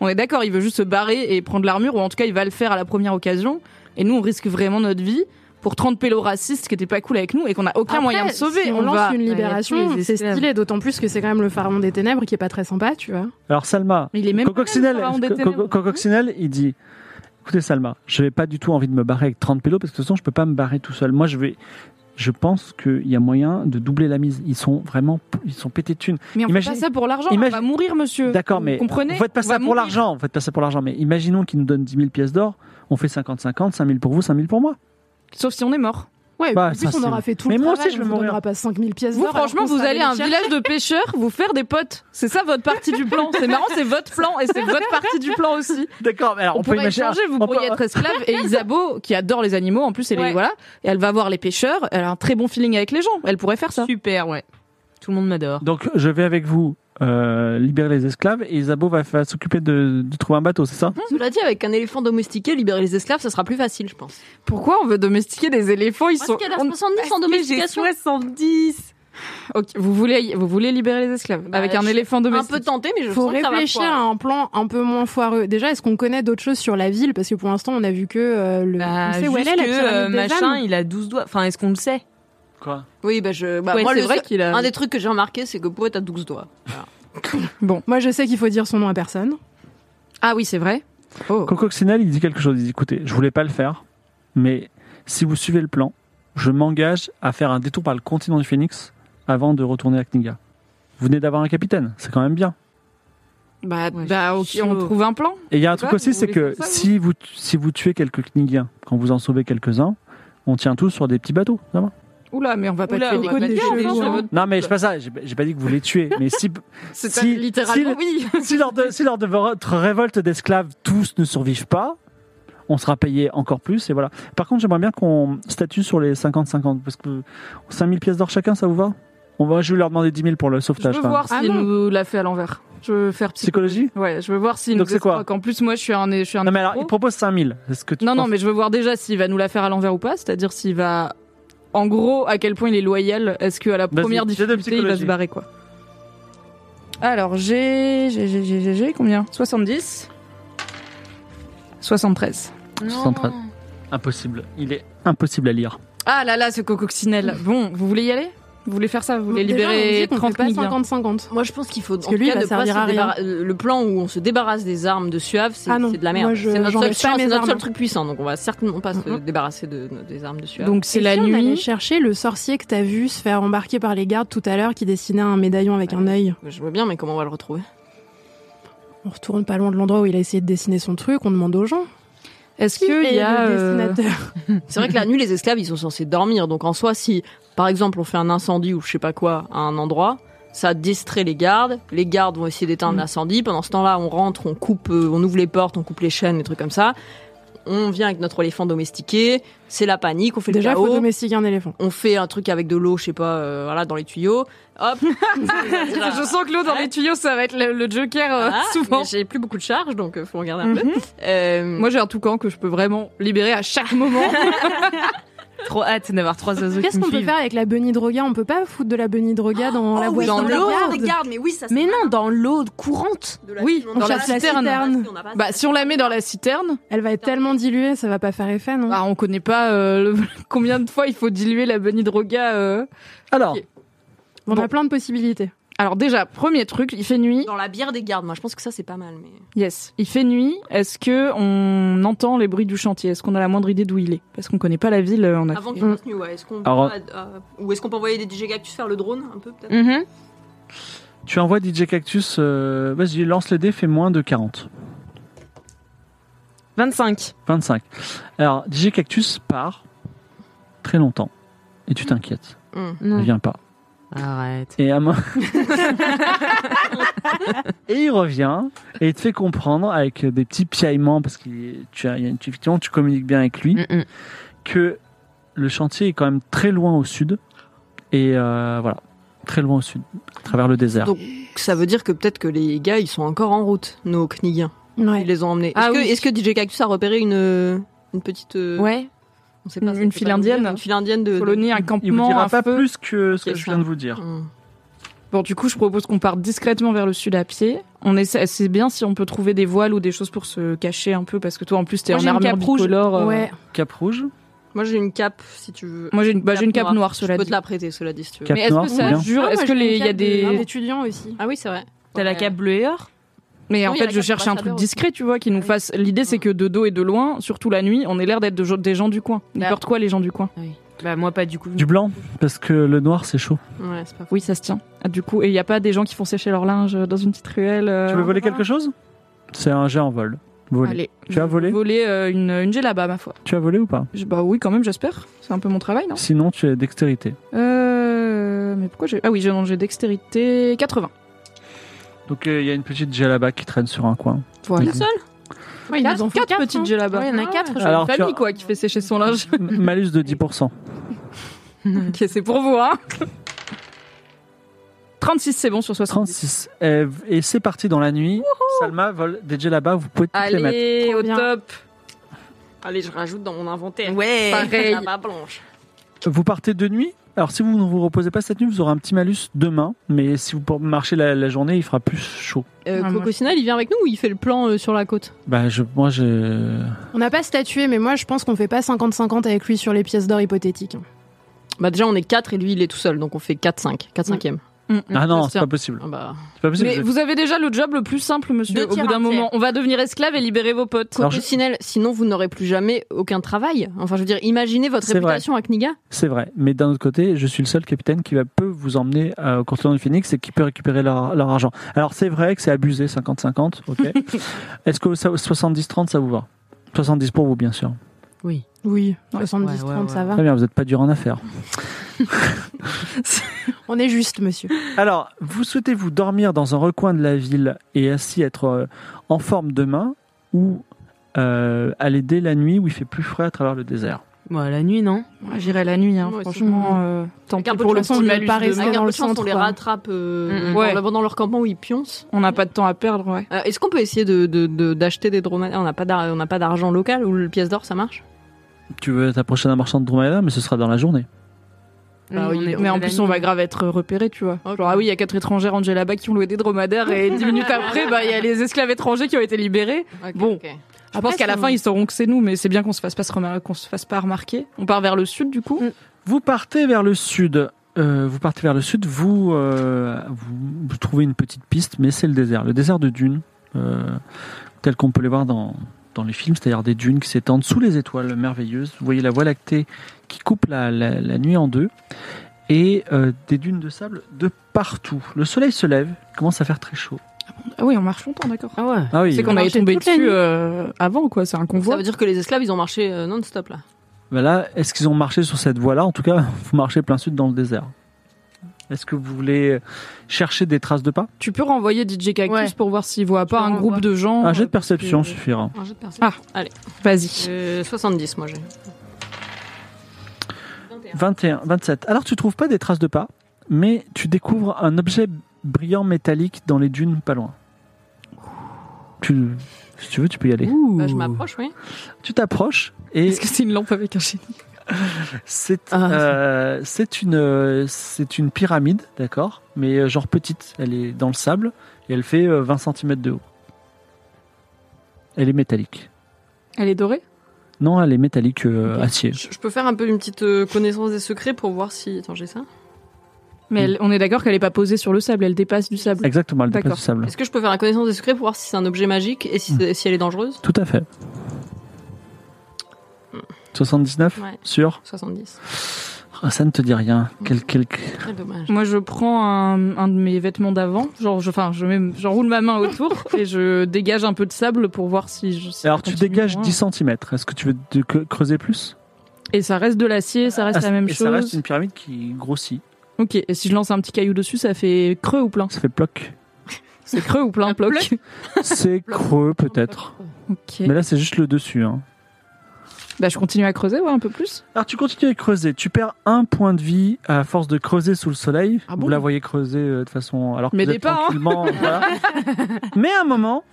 On est d'accord, il veut juste se barrer et prendre l'armure, ou en tout cas, il va le faire à la première occasion. Et nous, on risque vraiment notre vie pour 30 pélos racistes qui étaient pas cool avec nous et qu'on a aucun Après, moyen de sauver. si on, lance va... une Ouais, il y a libération, tous les c'est esclaves. stylé, d'autant plus que c'est quand même le pharaon des ténèbres qui est pas très sympa, tu vois. Alors Salma, Mais il est même pas Cococcinelle, là, on Co- déterre. Co- Cococcinelle, il dit. Écoutez Salma, je n'ai pas du tout envie de me barrer avec 30 pélos parce que de toute façon, je peux pas me barrer tout seul. Moi, je vais. Je pense qu'il y a moyen de doubler la mise. Ils sont vraiment, ils sont pétés de thunes. Mais on Imagine- fait pas ça pour l'argent, Imagine- on va mourir, monsieur. D'accord, Vous mais comprenez vous faites pas On va ça pour mourir. l'argent. Vous faites pas ça pour l'argent. Mais imaginons qu'ils nous donnent 10 000 pièces d'or. On fait 50-50, 5 000 pour vous, 5 000 pour moi. Sauf si on est mort. Ouais, Bah, en ça, plus, on c'est- aura fait tout Mais le moi travail, aussi, je on vais vous mourir. donnera pas 5000 pièces Vous, d'or, alors franchement, qu'on vous sera allez à un allé chercher. village de pêcheurs, vous faire des potes. C'est ça votre partie du plan. C'est marrant, c'est votre plan et c'est votre partie du plan aussi. (laughs) D'accord. mais Alors on, on, peut pourrait imaginer. échanger, vous on peut- pourriez être esclave. Et Isabeau, qui adore les animaux en plus, elle, est- Ouais. voilà, et elle va voir les pêcheurs, elle a un très bon feeling avec les gens, elle pourrait faire ça. Super, ouais. Tout le monde m'adore. Donc je vais avec vous euh, libérer les esclaves et Isabeau va, fa- s'occuper de, de trouver un bateau, c'est Mhm. ça Cela dit, avec un éléphant domestiqué, libérer les esclaves, ça sera plus facile, je pense. Pourquoi on veut domestiquer des éléphants Ils Parce sont. qu'elle a on- 70 en domestication. 70 Ok, vous voulez, vous voulez libérer les esclaves Bah, avec un je- éléphant Un domestique. peu tenté, mais je Faut sens que ça va réfléchir hein. à foirer. un plan un peu moins foireux. Déjà, est-ce qu'on connaît d'autres choses sur la ville Parce que pour l'instant, on a vu que euh, le. Bah, on sait où elle juste est, la que, pyramide euh, des machin, ânes il a 12 doigts. Enfin, est-ce qu'on le sait Quoi Oui, bah je. Bah, Ouais, moi, c'est le vrai seul- qu'il a. Un des trucs que j'ai remarqué, c'est que Poète a 12 doigts. Voilà. Bon, moi, je sais qu'il faut dire son nom à personne. Ah oui, c'est vrai. Oh. Coco Xenel, il dit quelque chose. Il dit écoutez, je voulais pas le faire, mais si vous suivez le plan, je m'engage à faire un détour par le continent du Phénix avant de retourner à Kniga. Vous venez d'avoir un capitaine, c'est quand même bien. Bah, Ouais, bah ok, je suis on chaud. trouve un plan. Et il y a un Je sais truc pas, aussi, vous c'est voulez que faire ça, si, vous, si vous tuez quelques Knigiens, quand vous en sauvez quelques-uns, on tient tous sur des petits bateaux, ça va Oula, mais on va pas hein. Oula, tuer on les va pas gars, tuer on les va gens. tuer votre- Non, mais c'est pas ça, j'ai j'ai pas dit que vous les tuez, mais si, C'est Si- pas littéralement, si- oui. (laughs) si, lors de, si lors de votre révolte d'esclaves, tous ne survivent pas, on sera payé encore plus, et voilà. Par contre, j'aimerais bien qu'on statue sur les 50-50, parce que 5000 pièces d'or chacun, ça vous va on va, Je vais leur demander 10 000 pour le Je sauvetage. veux quand même. voir Ah s'il non. nous l'a fait à l'envers. Je veux faire psycho. Psychologie Ouais, je veux voir s'il Donc nous c'est quoi escroque. En plus, moi, je suis un, je suis un. Non, mais alors, escroc. il propose 5000. Est-ce que tu Non, non, penses- mais je veux voir déjà s'il va nous la faire à l'envers ou pas, c'est-à-dire s'il va. En gros, à quel point il est loyal, est-ce qu'à la Vas-y, première jet de difficulté, il va psychologie. se barrer, quoi. Alors, j'ai. J'ai, j'ai, j'ai, j'ai- j'ai combien 70 73. 73. Impossible. Il est impossible à lire. Ah là là, ce cococcinelle. Bon, vous voulez y aller Vous voulez faire ça Vous voulez Mm. Déjà, on libérer dit qu'on fait 30 pas millions 50-50. Moi, je pense qu'il faut. Parce en que tout lui, cas, il va ne pas servir se à rien. débarra- euh, Le plan où on se débarrasse des armes de Suave, c'est Ah non, c'est de la merde. moi, je- c'est notre, seul, j'enlève pas plan, mes c'est notre seul armes. truc puissant, donc on va certainement pas se Mhm. débarrasser de, des armes de Suave. Donc, c'est Et la si On allait nuit. chercher le sorcier que t'as vu se faire embarquer par les gardes tout à l'heure qui dessinait un médaillon avec un œil. je vois bien, mais comment on va le retrouver On retourne pas loin de l'endroit où il a essayé de dessiner son truc, on demande aux gens. Est-ce qu'il y a. le euh, dessinateur C'est vrai que la nuit, les esclaves, ils sont censés dormir. Donc en soi, si par exemple on fait un incendie ou je sais pas quoi à un endroit, ça distrait les gardes. Les gardes vont essayer Mm. d'éteindre l'incendie. Pendant ce temps-là, on rentre, on coupe, euh, on ouvre les portes, on coupe les chaînes, des trucs comme ça. On vient avec notre éléphant domestiqué. C'est la panique. On fait Déjà, le faut chaos. domestiquer un éléphant. On fait un truc avec de l'eau, je sais pas, euh, voilà, dans les tuyaux. (laughs) Hop. (laughs) Je sens que l'eau dans les tuyaux, ça va être le, le joker Ah, euh, Voilà. souvent. Mais J'ai plus beaucoup de charges, donc euh, faut regarder un peu. Mm-hmm. Mhm. Euh, Moi, j'ai un toucan que je peux vraiment libérer à (laughs) chaque moment. Trop hâte d'avoir trois oiseaux Qu'est-ce qui me qu'on peut suivent. faire avec la bunny droga On peut pas foutre de la bunny droga dans la oh, boîte dans de l'eau, garde. mais oui, ça. Mais non, dans l'eau courante. oui, on dans la cherche la citerne. citerne. Bah, si on la met dans la citerne, Elle va être tellement diluée, ça va pas faire effet, non bah, on connaît pas euh, le- (laughs) combien de fois il faut diluer la bunny droga. euh. Alors, Ok. On bon. a plein de possibilités. Alors déjà, premier truc, il fait nuit. Dans la bière des gardes, moi je pense que ça c'est pas mal. Mais... Yes, il fait nuit. Est-ce que on entend les bruits du chantier Est-ce qu'on a la moindre idée d'où il est Parce qu'on connaît pas la ville. euh, On a. Avant qu'il Mm. fasse nuit, ouais. Est-ce qu'on Alors- peut, euh, ou est-ce qu'on peut envoyer des DJ Cactus faire le drone un peu peut-être Mm. Mhm. tu envoies DJ Cactus. euh, Vas-y, lance les dés, fais moins de 40. 25. 25. Alors, DJ Cactus part très longtemps. Et tu t'inquiètes, Mm. Mm. ne vient pas. Arrête. Et à (laughs) main. et il revient et il te fait comprendre avec des petits piaillements parce que tu as, il y a une- effectivement, tu communiques bien avec Mm. lui Mm-mm. que le chantier est quand même très loin au sud et euh, voilà très loin au sud à travers le désert. Donc, Ça veut dire que peut-être que les gars ils sont encore en route, nos Knigiens. Ouais. Ils les ont emmenés. Est-ce Ah que, oui. est-ce que DJ Cactus a repéré une, une petite. euh, Ouais. on sait pas, Une- ça, une c'est file pas indienne. dire, Une file indienne de. Colonie, un il vous campement, dira un pas feu. plus que ce que Ok, je ça. viens de vous dire. Mm. Bon, du coup, je propose qu'on parte discrètement vers le sud à pied. On essaie, c'est bien si on peut trouver des voiles ou des choses pour se cacher un peu, parce que toi, en plus, t'es en Moi, j'ai une armure cape rouge. bicolore. euh. Ouais. Ah, Cap rouge, Moi j'ai une cape si tu veux. Moi, j'ai une, bah, j'ai une cape noire, cela Je peux dit. te la prêter, cela dit si tu veux. Cape Mais est-ce noire, que c'est ça bien. Ah, jure Est-ce que les, il y a Un des. étudiant aussi. Ah oui, c'est vrai. T'as la Ouais. cape bleue et or Mais en Oui, il y a fait, je la cape cherche un truc ambassadeur discret, tu vois, qui nous fasse. L'idée, c'est que de dos et de loin, surtout la nuit, on est l'air d'être de- des gens du coin. Ils Là. portent quoi, les gens du coin Bah moi pas du coup. du blanc parce que le noir c'est chaud. Ouais, c'est pas fou. Oui, ça se tient. Ah, du coup, et il n'y a pas des gens qui font sécher leur linge dans une petite ruelle euh, tu veux voler quelque chose C'est un jet en vol. Voler. Allez. Tu as volé Voler euh, une, une là-bas, ma foi. Tu as volé ou pas Je- bah oui, quand même, j'espère. C'est un peu mon travail, non Sinon tu as dextérité. Euh. Mais pourquoi j'ai. Ah oui, j'ai non, j'ai dextérité 80. Donc euh, il y a une petite là-bas qui traîne sur un coin. Voilà. Une seule Ouais, ils nous en font Quatre Ah, quatre, hein. petites jets là-bas. Ouais, il y en a quatre. J'ai Alors, une tu famille, as- quoi, qui fait sécher son linge. M- Malus de 10%. (laughs) ok, c'est pour vous, hein (laughs) 36, c'est bon sur 60. 36. Euh, Et c'est parti dans la nuit. Salma vole des là-bas, vous pouvez toutes les mettre. Allez, Trop au bien. top Allez, je rajoute dans mon inventaire. Ouais. (laughs) Pareil. La blanche. Vous partez de nuit Alors, si vous ne vous reposez pas cette nuit, vous aurez un petit malus demain, mais si vous marchez la, la journée, il fera plus chaud. Euh, Ah, moi, Cocosinal, il vient avec nous ou il fait le plan euh, sur la côte Bah, je, moi, je. On n'a pas statué, mais moi je pense qu'on fait pas 50-50 avec lui sur les pièces d'or hypothétiques. Bah déjà on est 4 et lui il est tout seul, donc on fait 4-5, 4-5e. Ah non, c'est Tiens. pas possible. Ah bah... C'est pas possible. Mais vous avez déjà le job le plus simple, Deux monsieur. Au tirs bout d'un à moment, on va devenir esclave et libérer vos potes. Alors, je- Cocosinal, sinon vous n'aurez plus jamais aucun travail. Enfin je veux dire, imaginez votre C'est vrai. réputation à Kniga. C'est vrai, mais d'un autre côté, je suis le seul capitaine qui va, peut vous emmener euh, au continent du Phoenix et qui peut récupérer leur, leur argent. Alors c'est vrai que c'est abusé, 50-50, ok. Est-ce que ça- 70-30, ça vous va 70 pour vous, bien sûr. Oui, 70-30, Ouais, ouais, ouais. ça va. Très bien, vous n'êtes pas dur en affaires. On est juste, monsieur. Alors, vous souhaitez-vous dormir dans un recoin de la ville et ainsi être euh, en forme demain ou euh, aller dès la nuit où il fait plus frais à travers le désert Bon, la nuit, non Moi, J'irai la nuit, hein, Moi (laughs) aussi. franchement. euh, tant Avec pis un peu pour de le chance, petit on ne malus pas de- rester Avec un dans peu le de chance, on centre, les quoi. rattrape euh, Mm, mm. Ouais. dans, le- dans leur campement où ils pioncent. On n'a pas de temps à perdre, ouais. Euh, Est-ce qu'on peut essayer de- de- de- d'acheter des dromadaires On n'a pas d'ar- on n'a pas d'argent local ou le pièce d'or ça marche Tu veux t'approcher d'un marchand de dromadaire, mais ce sera dans la journée. Bah oui, Mais en plus, on va grave être repéré, tu vois. Ok. Genre, ah oui, il y a quatre étrangères rangées là-bas qui ont loué des dromadaires et dix minutes après, bah, il y a les esclaves étrangers qui ont été libérés. Bon. Je pense qu'à la fin, ils sauront que c'est nous, mais c'est bien qu'on se fasse pas se remar- qu'on se fasse pas remarquer. On part vers le sud, du coup. Vous partez vers le sud. Euh, vous partez vers le sud, vous, euh, vous, vous trouvez une petite piste, mais c'est le désert. Le désert de dunes, euh, tel qu'on peut les voir dans, dans les films, c'est-à-dire des dunes qui s'étendent sous les étoiles merveilleuses. Vous voyez la voie lactée qui coupe la, la- la nuit en deux, et euh, des dunes de sable de partout. Le soleil se lève, il commence à faire très chaud. Ah oui, on marche longtemps, d'accord. Ah ouais. Ah oui, C'est qu'on euh, avait marché tombé toute la dessus nuit. euh, avant, quoi. C'est un Ça convoi. veut dire que les esclaves ils ont marché euh, non-stop là. bah là, est-ce qu'ils ont marché sur cette voie-là En tout cas, (laughs) vous marchez plein sud dans le désert. Est-ce que vous voulez chercher des traces de pas Tu peux renvoyer DJ Cactus Ouais. pour voir s'il voit pas un renvoie. groupe de gens. Un jet de euh, perception parce que- suffira. Un jet de perception. Ah. allez. Vas-y. Euh, 70 moi j'ai. 21, 27. Alors tu trouves pas des traces de pas, mais tu découvres un objet brillant métallique dans les dunes pas loin. Tu, si tu veux, tu peux y aller. Bah, je m'approche oui. Tu t'approches et Ah, Est-ce que c'est une lampe avec un génie c'est Ah. euh, c'est une euh, c'est une pyramide, d'accord, mais euh, genre petite. Elle est dans le sable et elle fait euh, 20 cm de haut. Elle est métallique. Elle est dorée Non, elle est métallique euh, Ok. acier. Je, je peux faire un peu une petite euh, connaissance des secrets pour voir si attends j'ai ça. Mais elle- on est d'accord qu'elle est pas posée sur le sable, elle dépasse du sable. Exactement, elle dépasse D'accord. du sable. Est-ce que je peux faire un connaissance des secrets pour voir si c'est un objet magique et si, c'est- si elle est dangereuse Tout à fait. 79 Ouais. sur 70. Ah, ça ne te dit rien. Quel, quel... Très dommage. Moi, je prends un, un de mes vêtements d'avant, genre, je, enfin, je mets- j'enroule ma main autour et je dégage un peu de sable pour voir si. Je, si Alors, ça tu continue dégages ou pas. 10 cm. Est-ce que tu veux te cre- creuser plus Et ça reste de l'acier, ça reste Ah, la même et chose. Ça reste une pyramide qui grossit. Ok. Et si je lance un petit caillou dessus, ça fait creux ou plein Ça fait (laughs) bloc. C'est creux ou plein, bloc. C'est creux, peut-être. Ok. Mais là, c'est juste le dessus. hein. Bah, je continue à creuser, ouais, un peu plus. Alors, tu continues à creuser. Tu perds un point de vie à force de creuser sous le soleil. Ah bon vous la voyez creuser euh, de façon. Alors que Mais vous des êtes pas, hein. (laughs) tranquillement, voilà. Mais à un moment,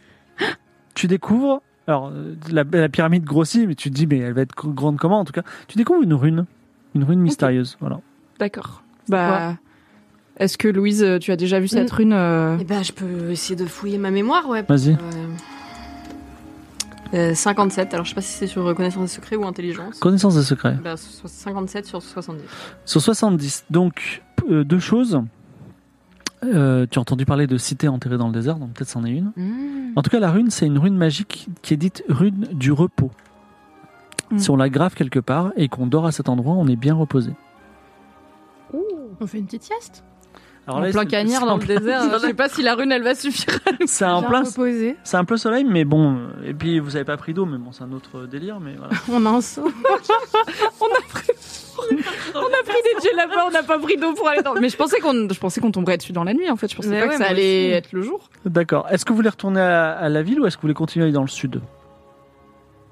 tu découvres. Alors, euh, la, la pyramide grossit, mais tu te dis, mais elle va être gr- grande comment en tout cas Tu découvres une rune. Une rune mystérieuse. Voilà. D'accord. Bah. Est-ce que Louise, tu as déjà vu Mm. cette rune euh, Eh ben je peux essayer de fouiller ma mémoire ouais. Vas-y. Euh, 57, alors je sais pas si c'est sur reconnaissance des secrets ou intelligence. Connaissance des secrets. Bah, so- 57 sur 70. Sur 70, donc euh, deux choses. Euh, tu as entendu parler de cité enterrée dans le désert, donc peut-être c'en est une. Mmh. En tout cas, la rune, c'est une rune magique qui est dite rune du repos. Mm. Si on la grave quelque part et qu'on dort à cet endroit, on est bien reposé. On fait une petite sieste Alors en là, plein c'est- cagnard c'est dans en le plein- (laughs) désert. euh, Je sais pas si la rune, elle va suffire. C'est en Bien plein, reposé. c'est un peu soleil, mais bon. euh, Et puis vous avez pas pris d'eau, mais bon, c'est un autre euh, délire, mais voilà. (laughs) On a un saut. On a pris des gels là-bas, on n'a pas pris d'eau pour aller dans. Mais je pensais qu'on, je pensais qu'on tomberait dessus dans la nuit en fait. Je pensais Mais pas ouais, que ça moi allait aussi. être le jour. D'accord. Est-ce que vous voulez retourner à, à la ville ou est-ce que vous voulez continuer à aller dans le sud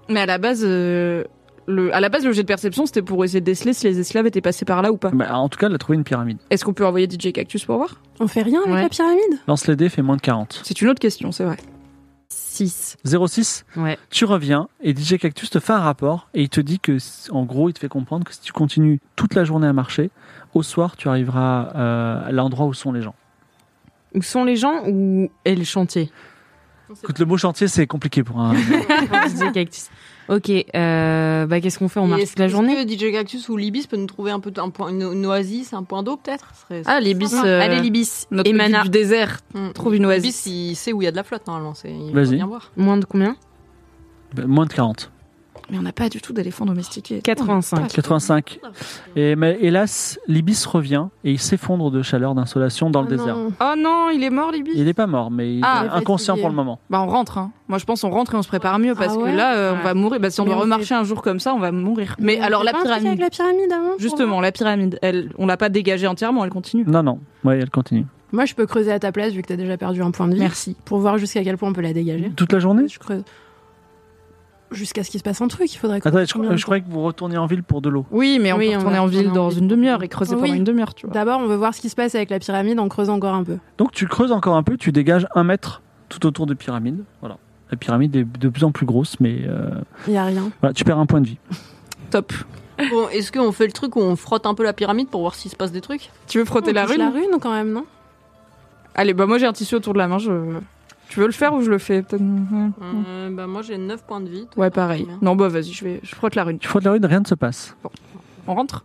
Mais à la base, euh, le, à la base, le jet de perception, c'était pour essayer de déceler si les esclaves étaient passés par là ou pas. Bah, En tout cas, elle a trouvé une pyramide. Est-ce qu'on peut envoyer DJ Cactus pour voir On fait rien avec Ouais. la pyramide Lance les dés, fait moins de 40. C'est une autre question, c'est vrai. 6. 06, Ouais. tu reviens et DJ Cactus te fait un rapport et il te dit que, en gros, il te fait comprendre que si tu continues toute la journée à marcher, au soir, tu arriveras euh, à l'endroit où sont les gens. Où sont les gens ou est le chantier Écoute, le mot chantier, c'est compliqué pour un. (laughs) DJ Cactus. Ok, euh, bah qu'est-ce qu'on fait On marche toute la journée Est-ce que DJ Cactus ou Libis peut nous trouver un peu un point, une, une oasis, un point d'eau peut-être Ce serait- Ah, l'Ibis. euh, Allez Libis, notre Emana. guide du désert. Hmm. trouve une oasis. Libis, il sait où il y a de la flotte normalement. C'est... Il Vas-y. va bien voir. Moins de combien Ben, (laughs) Moins de 40. Mais on n'a pas du tout d'éléphant domestiqué. 85. 85. Et mais, hélas, l'ibis revient et il s'effondre de chaleur d'insolation dans le Oh désert. non. Oh non, il est mort, l'Ibis. Il n'est pas mort, mais il Ah, est inconscient fatigué. pour le moment. Bah, on rentre. Hein. Moi, je pense on rentre et on se prépare mieux parce Ah ouais que là, euh, on Ouais. va mourir. Bah, si on Mais doit on remarcher un jour comme ça, on va mourir. Mais alors, la pyramide. Avec la pyramide avant pour Justement, la pyramide, elle, on l'a pas dégagée entièrement, elle continue. Non, non. Ouais, elle continue. voir Moi, je peux creuser à ta place vu que t'as déjà perdu un point de vie. Merci. Pour voir jusqu'à quel point on peut la dégager. Toute la journée Je creuse. Jusqu'à ce qu'il se passe un truc, il faudrait creuser Attendez, combien de je, je croyais que vous retourniez en ville pour de l'eau. Oui, mais on Oui, peut on retourner va en ville retourner en dans ville. une demi-heure et creuser Oui. pendant une demi-heure, tu temps. vois. D'abord, on veut voir ce qui se passe avec la pyramide, on creuse encore un peu. Donc tu creuses encore un peu, tu dégages un mètre tout autour de pyramide. Voilà. La pyramide est de plus en plus grosse, mais euh, Il y a rien. voilà, tu perds un point de vie. Top. Bon, est-ce qu'on fait le truc où on frotte un peu la pyramide pour voir s'il se passe des trucs Tu veux frotter On la touche rune La rune quand même, non Allez, bah moi j'ai un tissu autour de la main, je... Tu veux le faire ou je le fais peut-être Euh, Bah moi j'ai 9 points de vie. Toi, Mhm. Ouais, t'as pareil. combien Non, bah vas-y, je, vais... je frotte la rune. Tu frottes la rune, rien ne se passe. On rentre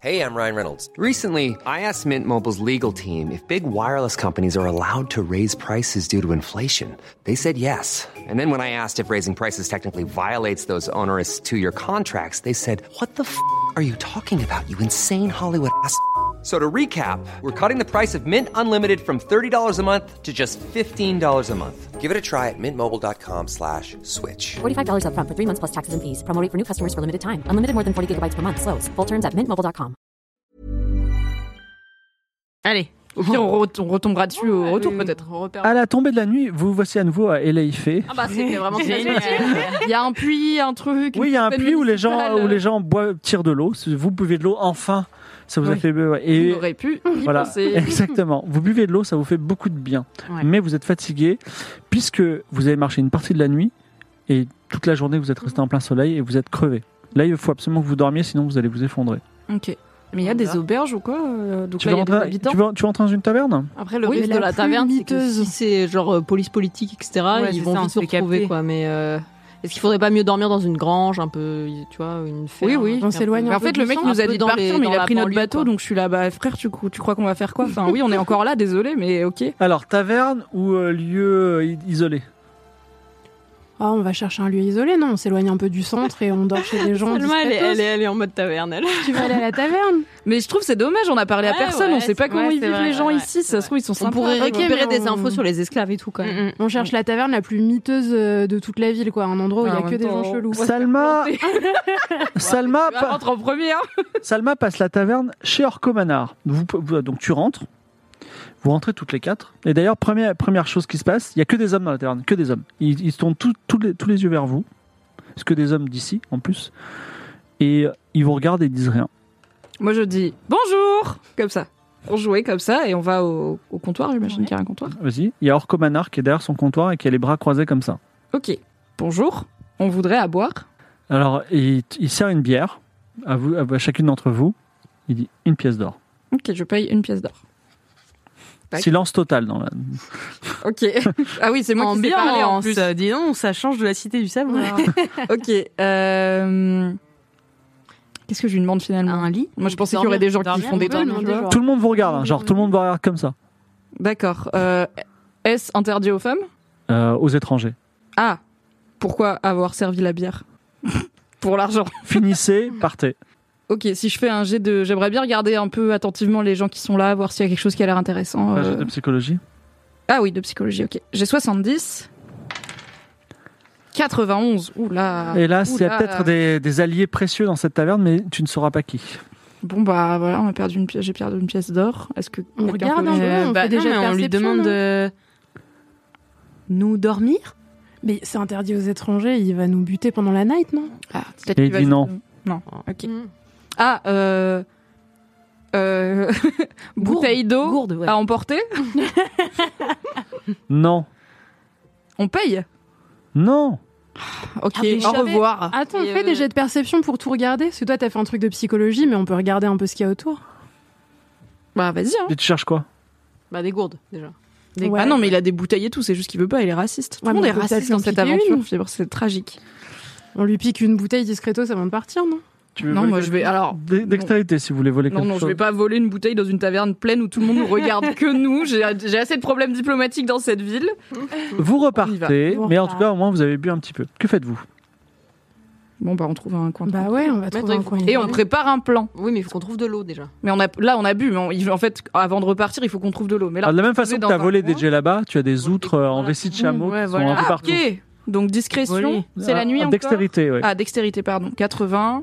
Hey, I'm Ryan Reynolds. Recently, I asked Mint Mobile's legal team if big wireless companies are allowed to raise prices due to inflation. They said yes. And then when I asked if raising prices technically violates those onerous two year contracts, they said, What the f are you talking about, you insane Hollywood ass? f- a-" So to recap, we're cutting the price of Mint Unlimited from $30 a month to just $15 a month. Give it a try at mintmobile.com slash switch. $45 upfront for three months plus taxes and fees. Promo rate for new customers for limited time. Unlimited more than 40 gigabytes per month. Slows. Full terms at mintmobile.com. Allez, Au pire, on, re- on retombera dessus au retour Oui, peut-être. on repère. À la tombée de la nuit, vous voici à nouveau à Eleifé. Ah bah c'était vraiment très Il y a un puits, un truc. Oui, il y a un une puits où les gens, municipale. où les gens boivent, tirent de l'eau. Vous buvez de l'eau, enfin. Ça vous a Oui. fait. ouais, On Et aurait pu y voilà, penser. (laughs) exactement. Vous buvez de l'eau, ça vous fait beaucoup de bien. Ouais. Mais vous êtes fatigué puisque vous avez marché une partie de la nuit et toute la journée vous êtes resté en plein soleil et vous êtes crevé. Là, il faut absolument que vous dormiez, sinon vous allez vous effondrer. Ok. (laughs) Mais il y a des auberges ou quoi euh, Donc Tu là, veux, il y a des rentrer, habitants. tu, veux- tu rentres dans une taverne Après, le Oui, risque mais de la la taverne, c'est que pluiteuse. si c'est genre euh, police politique, etc., Ouais, ils c'est vont ça, on vite se se fait retrouver, capter. quoi. Mais euh, est-ce qu'il faudrait pas mieux dormir dans une grange, un peu, tu vois, une ferme Oui, oui. On s'éloigne Mais en un peu fait, du le mec centre. nous a un peu dit de dans les- partir, mais dans il a la pris notre banlieue, bateau, quoi. donc je suis là, bah frère, tu, cou- tu crois qu'on va faire quoi (laughs) Enfin, oui, on est encore là, désolé, mais ok. Alors, taverne ou euh, lieu euh, i- isolé Ah, on va chercher un lieu isolé, non On s'éloigne un peu du centre et on dort chez des gens. Selma, elle, est- discretos. elle est, elle est en mode taverne, elle. Tu vas aller à la taverne Mais je trouve c'est dommage, on a parlé à Ouais, personne, ouais, on sait pas c'est- comment ouais, ils c'est vivent vrai, les gens ouais, ici, ça se trouve ils sont On sympas. pourrait ok, récupérer mais des on- infos sur les esclaves et tout, quand Mm, même. On cherche la taverne la plus miteuse euh, de toute la ville, quoi. Un endroit où il Ah, y a en que même des temps, gens (laughs) chelous. Salma, (laughs) Salma, Ah, pa- rentre en premier. hein. Salma passe la taverne chez Orcomanard. Vous, vous- donc tu rentres, vous rentrez toutes les quatre. Et d'ailleurs, première, première chose qui se passe, il y a que des hommes dans la taverne, que des hommes. Ils, ils se tournent tous- tous les, tous les yeux vers vous, parce que des hommes d'ici en plus. Et euh, ils vous regardent et ils disent rien. Moi je dis bonjour, comme ça. On jouait comme ça et on va au, au comptoir, j'imagine qu'il y a un comptoir. Vas-y. Il y a Orcomanard qui est derrière son comptoir et qui a les bras croisés comme ça. Ok. Bonjour. On voudrait à boire. Alors, il, il sert une bière à, vous, à, à chacune d'entre vous. Il dit une pièce d'or. Ok, je paye une pièce d'or. Tac. Silence total dans la. Ok. (laughs) ah oui, c'est moi qui sais parler en plus. dis donc, ça change de la cité du sable. ok. euh, Qu'est-ce que je lui demande finalement Un lit Moi je pensais qu'il y aurait des gens qui Dormir, font des on peut trucs. demander, tu vois. genre. Tout le monde vous regarde, hein, genre tout le monde vous regarde comme ça, D'accord. Euh, Est-ce interdit aux femmes euh, aux étrangers. Ah, pourquoi avoir servi la bière (laughs) Pour l'argent. (laughs) Finissez, partez. Ok, si je fais un jet de... J'aimerais bien regarder un peu attentivement les gens qui sont là, voir s'il y a quelque chose qui a l'air intéressant. Un euh. jet de psychologie. Ah oui, de psychologie, ok. J'ai 70. 91. Ouh là. Et là, il y a Ah. Oula. peut-être des, des alliés précieux dans cette taverne, mais tu ne sauras pas qui. Bon bah voilà, on a perdu une pièce, j'ai perdu une pièce d'or. Est-ce que On quelqu'un regarde peut- un peu. on bah, fait des non, jets mais de on lui perception, demande non de nous dormir Mais c'est interdit aux étrangers, il va nous buter pendant la night, non Ah, peut-être Et Mm. qu'il va dit se- non. Non. Ok. Ah euh, euh, (laughs) bouteille d'eau gourde, ouais. à emporter. Non. On paye. Non. Ok, Ah, mais je au savais. revoir. Attends, on Et, fait des euh, jets de perception pour tout regarder Parce que toi, t'as fait un truc de psychologie, mais on peut regarder un peu ce qu'il y a autour. Bah vas-y. hein. Et tu cherches quoi Bah, des gourdes, déjà. Ah non, mais il a des bouteilles et tout, c'est juste qu'il veut pas, il est raciste. Tout le Ouais, monde mais est on peut raciste peut-être dans lui cette piquer aventure, une. Fibre, c'est tragique. On lui pique une bouteille discretos avant de partir, non Tu veux Non, voler moi je vais. Alors, Dé- Dextérité, si vous voulez voler Non, quelque non, je chose. vais pas voler une bouteille dans une taverne pleine où tout le monde nous regarde que nous. J'ai j'ai assez de problèmes diplomatiques dans cette ville. Vous va. repartez, On mais en tout repart. cas, au moins, vous avez bu un petit peu. Que faites-vous Bon, bah, on trouve un coin. de- Bah ouais, on va attends, trouver un il faut- coin. Et on prépare un plan. Oui, mais il faut qu'on trouve de l'eau, déjà. Mais on a, là, on a bu. Mais on- il- en fait, avant de repartir, il faut qu'on trouve de l'eau. Mais là, Alors, De la même façon est que dans tu as un volé des coin. jets là-bas, tu as des On outres euh, en voilà. récit de chameau Ouais, qui voilà. sont un peu Ah, partout. ok. Donc, discrétion, Voler. c'est la nuit Ah, encore. Dextérité, ouais. Ah, dextérité, pardon. Oh, 80.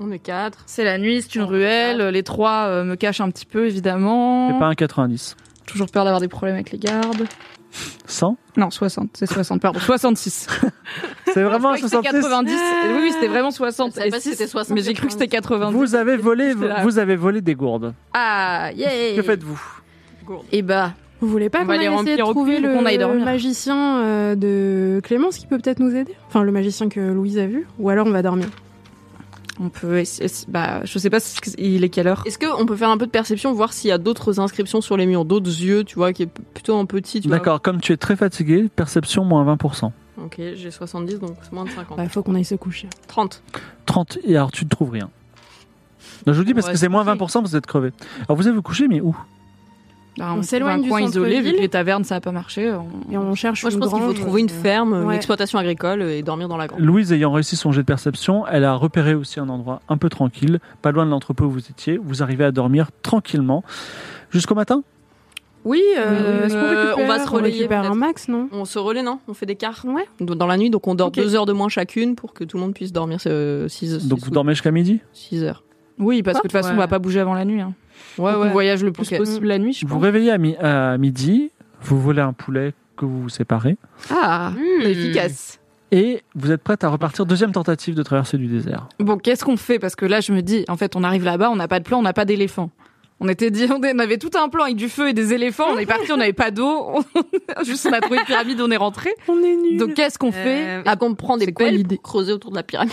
On est quatre. C'est la nuit, c'est une ruelle. Les trois euh, me cachent un petit peu, évidemment. Et pas un 90. Toujours peur d'avoir des problèmes avec les gardes. (laughs) 100 Non, 60. C'est 60, pardon. 66. C'est vraiment un Je croyais que c'était 70 90. Oui, oui, c'était vraiment 60. Je savais et pas si six, c'était 60, Mais j'ai cru que c'était 90. Vous avez volé, J'étais là. vous avez volé des gourdes. Ah, yeah. Que faites-vous Eh bah, Vous voulez pas On qu'on va les aille essayer de remplir au trouver cul, le qu'on aille dormir. magicien euh, de Clémence qui peut peut-être nous aider Enfin, le magicien que Louise a vu Ou alors on va dormir on peut. essa- essa- Bah, je sais pas, ce que- il est quelle heure Est-ce qu'on peut faire un peu de perception, voir s'il y a d'autres inscriptions sur les murs, d'autres yeux, tu vois, qui est p- plutôt en petit, tu vois D'accord, comme tu es très fatigué, perception moins 20%. Ok, j'ai 70, donc c'est moins de 50. Bah, faut qu'on aille se coucher. 30. 30, et alors tu ne trouves rien. Non, je vous dis parce On va que se c'est moins coucher. 20%, parce que vous êtes crevé. Alors vous avez vous couché, mais où Bah, on trouve s'éloigne un du coin isolé, vu centre-ville. que les tavernes ça a pas marché. on- Et on cherche Moi, je une pense qu'il faut grange, trouver une euh, ferme, une ouais. exploitation agricole euh, et dormir dans la grande. Louise ayant réussi son jet de perception, elle a repéré aussi un endroit un peu tranquille, pas loin de l'entrepôt où vous étiez. Vous arrivez à dormir tranquillement jusqu'au matin. Oui, Euh, est-ce qu'on Euh, on va se On relayer, récupère un peut-être. max, non On se relaie, non On fait des quarts Ouais. dans la nuit, donc on dort Ok. deux heures de moins chacune pour que tout le monde puisse dormir 6 Donc vous dormez jusqu'à midi heures. Oui, parce que de toute façon, Ouais. on va pas bouger avant la nuit. hein. Ouais, Donc, On ouais. voyage le plus Ok. possible la nuit, je Vous pense. réveillez à, mi- à midi, vous volez un poulet que vous vous séparez, Ah, Hmm. efficace. et vous êtes prête à repartir deuxième tentative de traversée du désert. Bon, qu'est-ce qu'on fait Parce que là, je me dis, en fait, on arrive là-bas, on n'a pas de plan, on n'a pas d'éléphant. On était dit, (laughs) on avait tout un plan avec du feu et des éléphants. On est parti, on n'avait pas d'eau. (laughs) on- Juste, on a trouvé une pyramide, on est rentré. On est nuls. Donc, qu'est-ce qu'on fait Euh, à comprendre des quoi pelles l'idée pour creuser autour de la pyramide.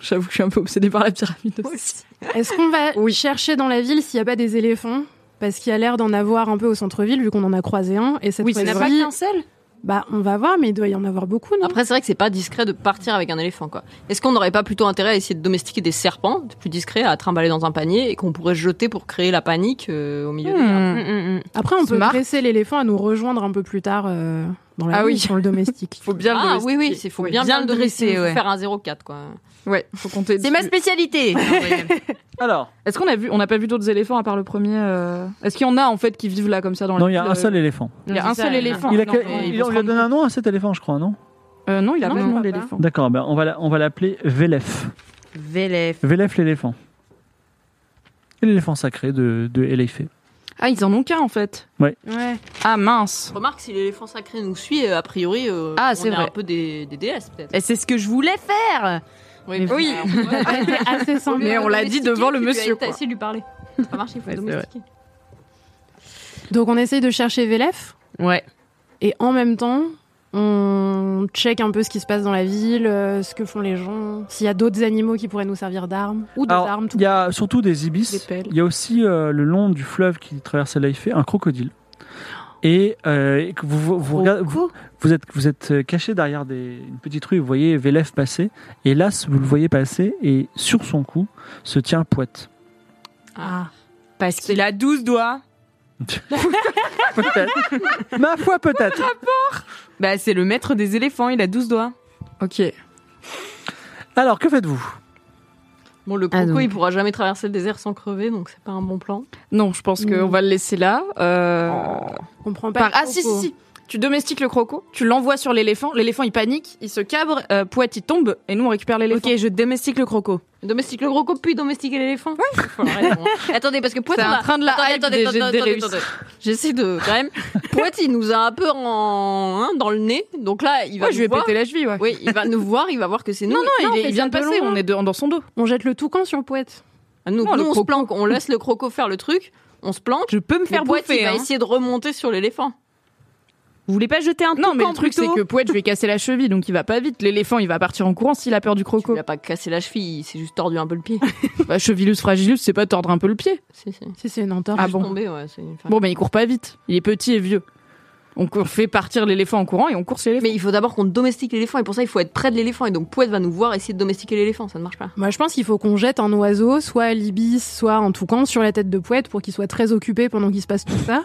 J'avoue que je suis un peu obsédée par la pyramide aussi. Est-ce qu'on va Oui. chercher dans la ville s'il n'y a pas des éléphants Parce qu'il y a l'air d'en avoir un peu au centre-ville, vu qu'on en a croisé un. Et cette Oui, c'est fois-ci, vrai. seul bah, on va voir, mais il doit y en avoir beaucoup, non Après, c'est vrai que c'est pas discret de partir avec un éléphant, quoi. Est-ce qu'on n'aurait pas plutôt intérêt à essayer de domestiquer des serpents, de plus discrets, à trimballer dans un panier et qu'on pourrait jeter pour créer la panique euh, au milieu des arbres Mm, Hmm. mm, mm. Après, on peut Smart. presser l'éléphant à nous rejoindre un peu plus tard euh, dans la Ah ville, oui. sur le (laughs) domestique. Faut bien Ah le oui, domestiquer. oui, il faut Ouais, bien, bien le dresser, ouais. faire un 0,4, quoi. Ouais, faut compter. C'est ma spécialité. Alors Est-ce qu'on a vu On n'a pas vu d'autres éléphants à part le premier. euh, Est-ce qu'il y en a en fait qui vivent là comme ça dans la Non, il y a ville, un euh, seul éléphant. Il y a un seul éléphant. Il a Ah, Non, quel- mais il- il faut on se lui a rendre- donné un nom à cet éléphant, je crois, non Euh, non, il a Non, pas de nom on l'a pas. l'éléphant. D'accord, ben on va la- on va l'appeler Vélef. VLF. Vélef l'éléphant. Et L'éléphant sacré de, de Éléphée. Ah, ils en ont qu'un en fait. Ouais. Ah mince. Remarque, si l'éléphant sacré nous suit, euh, a priori, euh, Ah, on c'est est vrai. un peu des, des déesses, peut-être. Et c'est ce que je voulais faire. Oui, mais- oui. C'est assez simple. Mais on l'a dit devant le monsieur, T'as quoi. essayé de lui parler. Ça a marché, il faut Ouais, c'est domestiquer. Donc, on essaye de chercher Vélef, Ouais. et en même temps, on check un peu ce qui se passe dans la ville, euh, ce que font les gens, s'il y a d'autres animaux qui pourraient nous servir d'armes, ou d'autres Alors, armes, tout il y a surtout des Des ibis. pelles. Il y a aussi euh, le long du fleuve qui traverse l'Éléphée un crocodile. Et, euh, et que vous, vous, vous regardez- vous- vous êtes, vous êtes euh, caché derrière des, une petite rue, vous voyez Vélef passer. Et là, vous le voyez passer, et sur son cou se tient Poète. Parce qu'il a 12 doigts. Peut-être. Ma foi, peut-être. Bah, c'est le maître des éléphants, il a 12 doigts. Ok. Alors, que faites-vous Bon, le Ah, coco, donc. il pourra jamais traverser le désert sans crever, donc c'est pas un bon plan. Non, je pense qu'on va le laisser là. Euh... On prend pas Par... le Ah si, croco. si, si. Tu domestiques le croco, tu l'envoies sur l'éléphant, l'éléphant il panique, il se cabre, euh, Poète il tombe et nous on récupère l'éléphant. Ok, je domestique le croco. Domestique le gros coco, puis domestiquer l'éléphant. Ouais. (laughs) attendez, parce que Poitou C'est en va- train de la Attendez, hype attendez, des- attendez, des attendez, réussites. attendez. J'essaie de (laughs) quand même. Poète, il nous a un peu en hein, dans le nez, donc là, il va Ouais, nous je lui ai voir. pété la cheville, ouais. Oui, il va nous voir, il va voir que c'est nous. Non, non, Non, il, est- on fait il vient ça de de passer, loin. on est de- dans son dos. On jette le toucan sur Poète. Nous, Non, le nous, on se croco. planque, on laisse le croco faire le truc, on se planque. Je peux me faire Mais Pouette, bah. bouffer. il va hein. essayer de remonter sur l'éléphant. Vous voulez pas jeter un Non, mais toucan le truc, c'est plutôt que Pouet, je vais casser la cheville, donc il va pas vite. L'éléphant, il va partir en courant s'il a peur du croco. Il a pas cassé la cheville, il s'est juste tordu un peu le (laughs) pied. Bah, chevilus fragilus, c'est pas tordre un peu le pied. si, si. Si c'est une entorse. Ah Juste bon. tombé, ouais, c'est une fin. Bon, ben il court pas vite. Il est petit et vieux. On court- fait partir l'éléphant en courant et on course l'éléphant. Mais il faut d'abord qu'on domestique l'éléphant et pour ça il faut être près de l'éléphant et donc Pouette va nous voir essayer de domestiquer l'éléphant, ça ne marche pas. Moi, Bah, je pense qu'il faut qu'on jette un oiseau, soit l'ibis, soit un toucan, sur la tête de Pouette pour qu'il soit très occupé pendant qu'il se passe tout ça.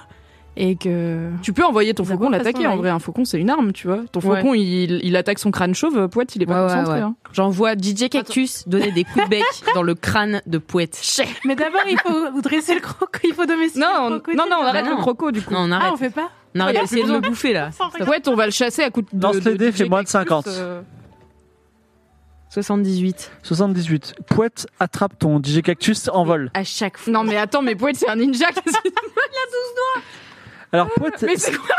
Et que. Tu peux envoyer ton La faucon bonne l'attaquer. façon, En oui. vrai, un faucon, c'est une arme, tu vois. Ton Ouais. faucon, il, il attaque son crâne chauve. Pouet, il est pas Ouais, ouais, concentré. ouais. hein. J'envoie DJ Cactus donner des coups de bec dans le crâne de Pouette. Mais d'abord, il faut (laughs) dresser le croco, il faut domestiquer Non, le on- crocodile. Bah non, non, on Ah, arrête non. le croco, du coup. Non, on arrête. on fait pas on... Non, il a essayé de me bouffer là. Pouet, on va le chasser à coup de. Lance les dés, DJ fais moins de Cactus, 50. euh, 78. 78. Pouette attrape ton DJ Cactus en vol. À chaque fois. Non, mais attends, mais Pouet, c'est un ninja. qu'est-ce que- Alors Pouette, mais c'est quoi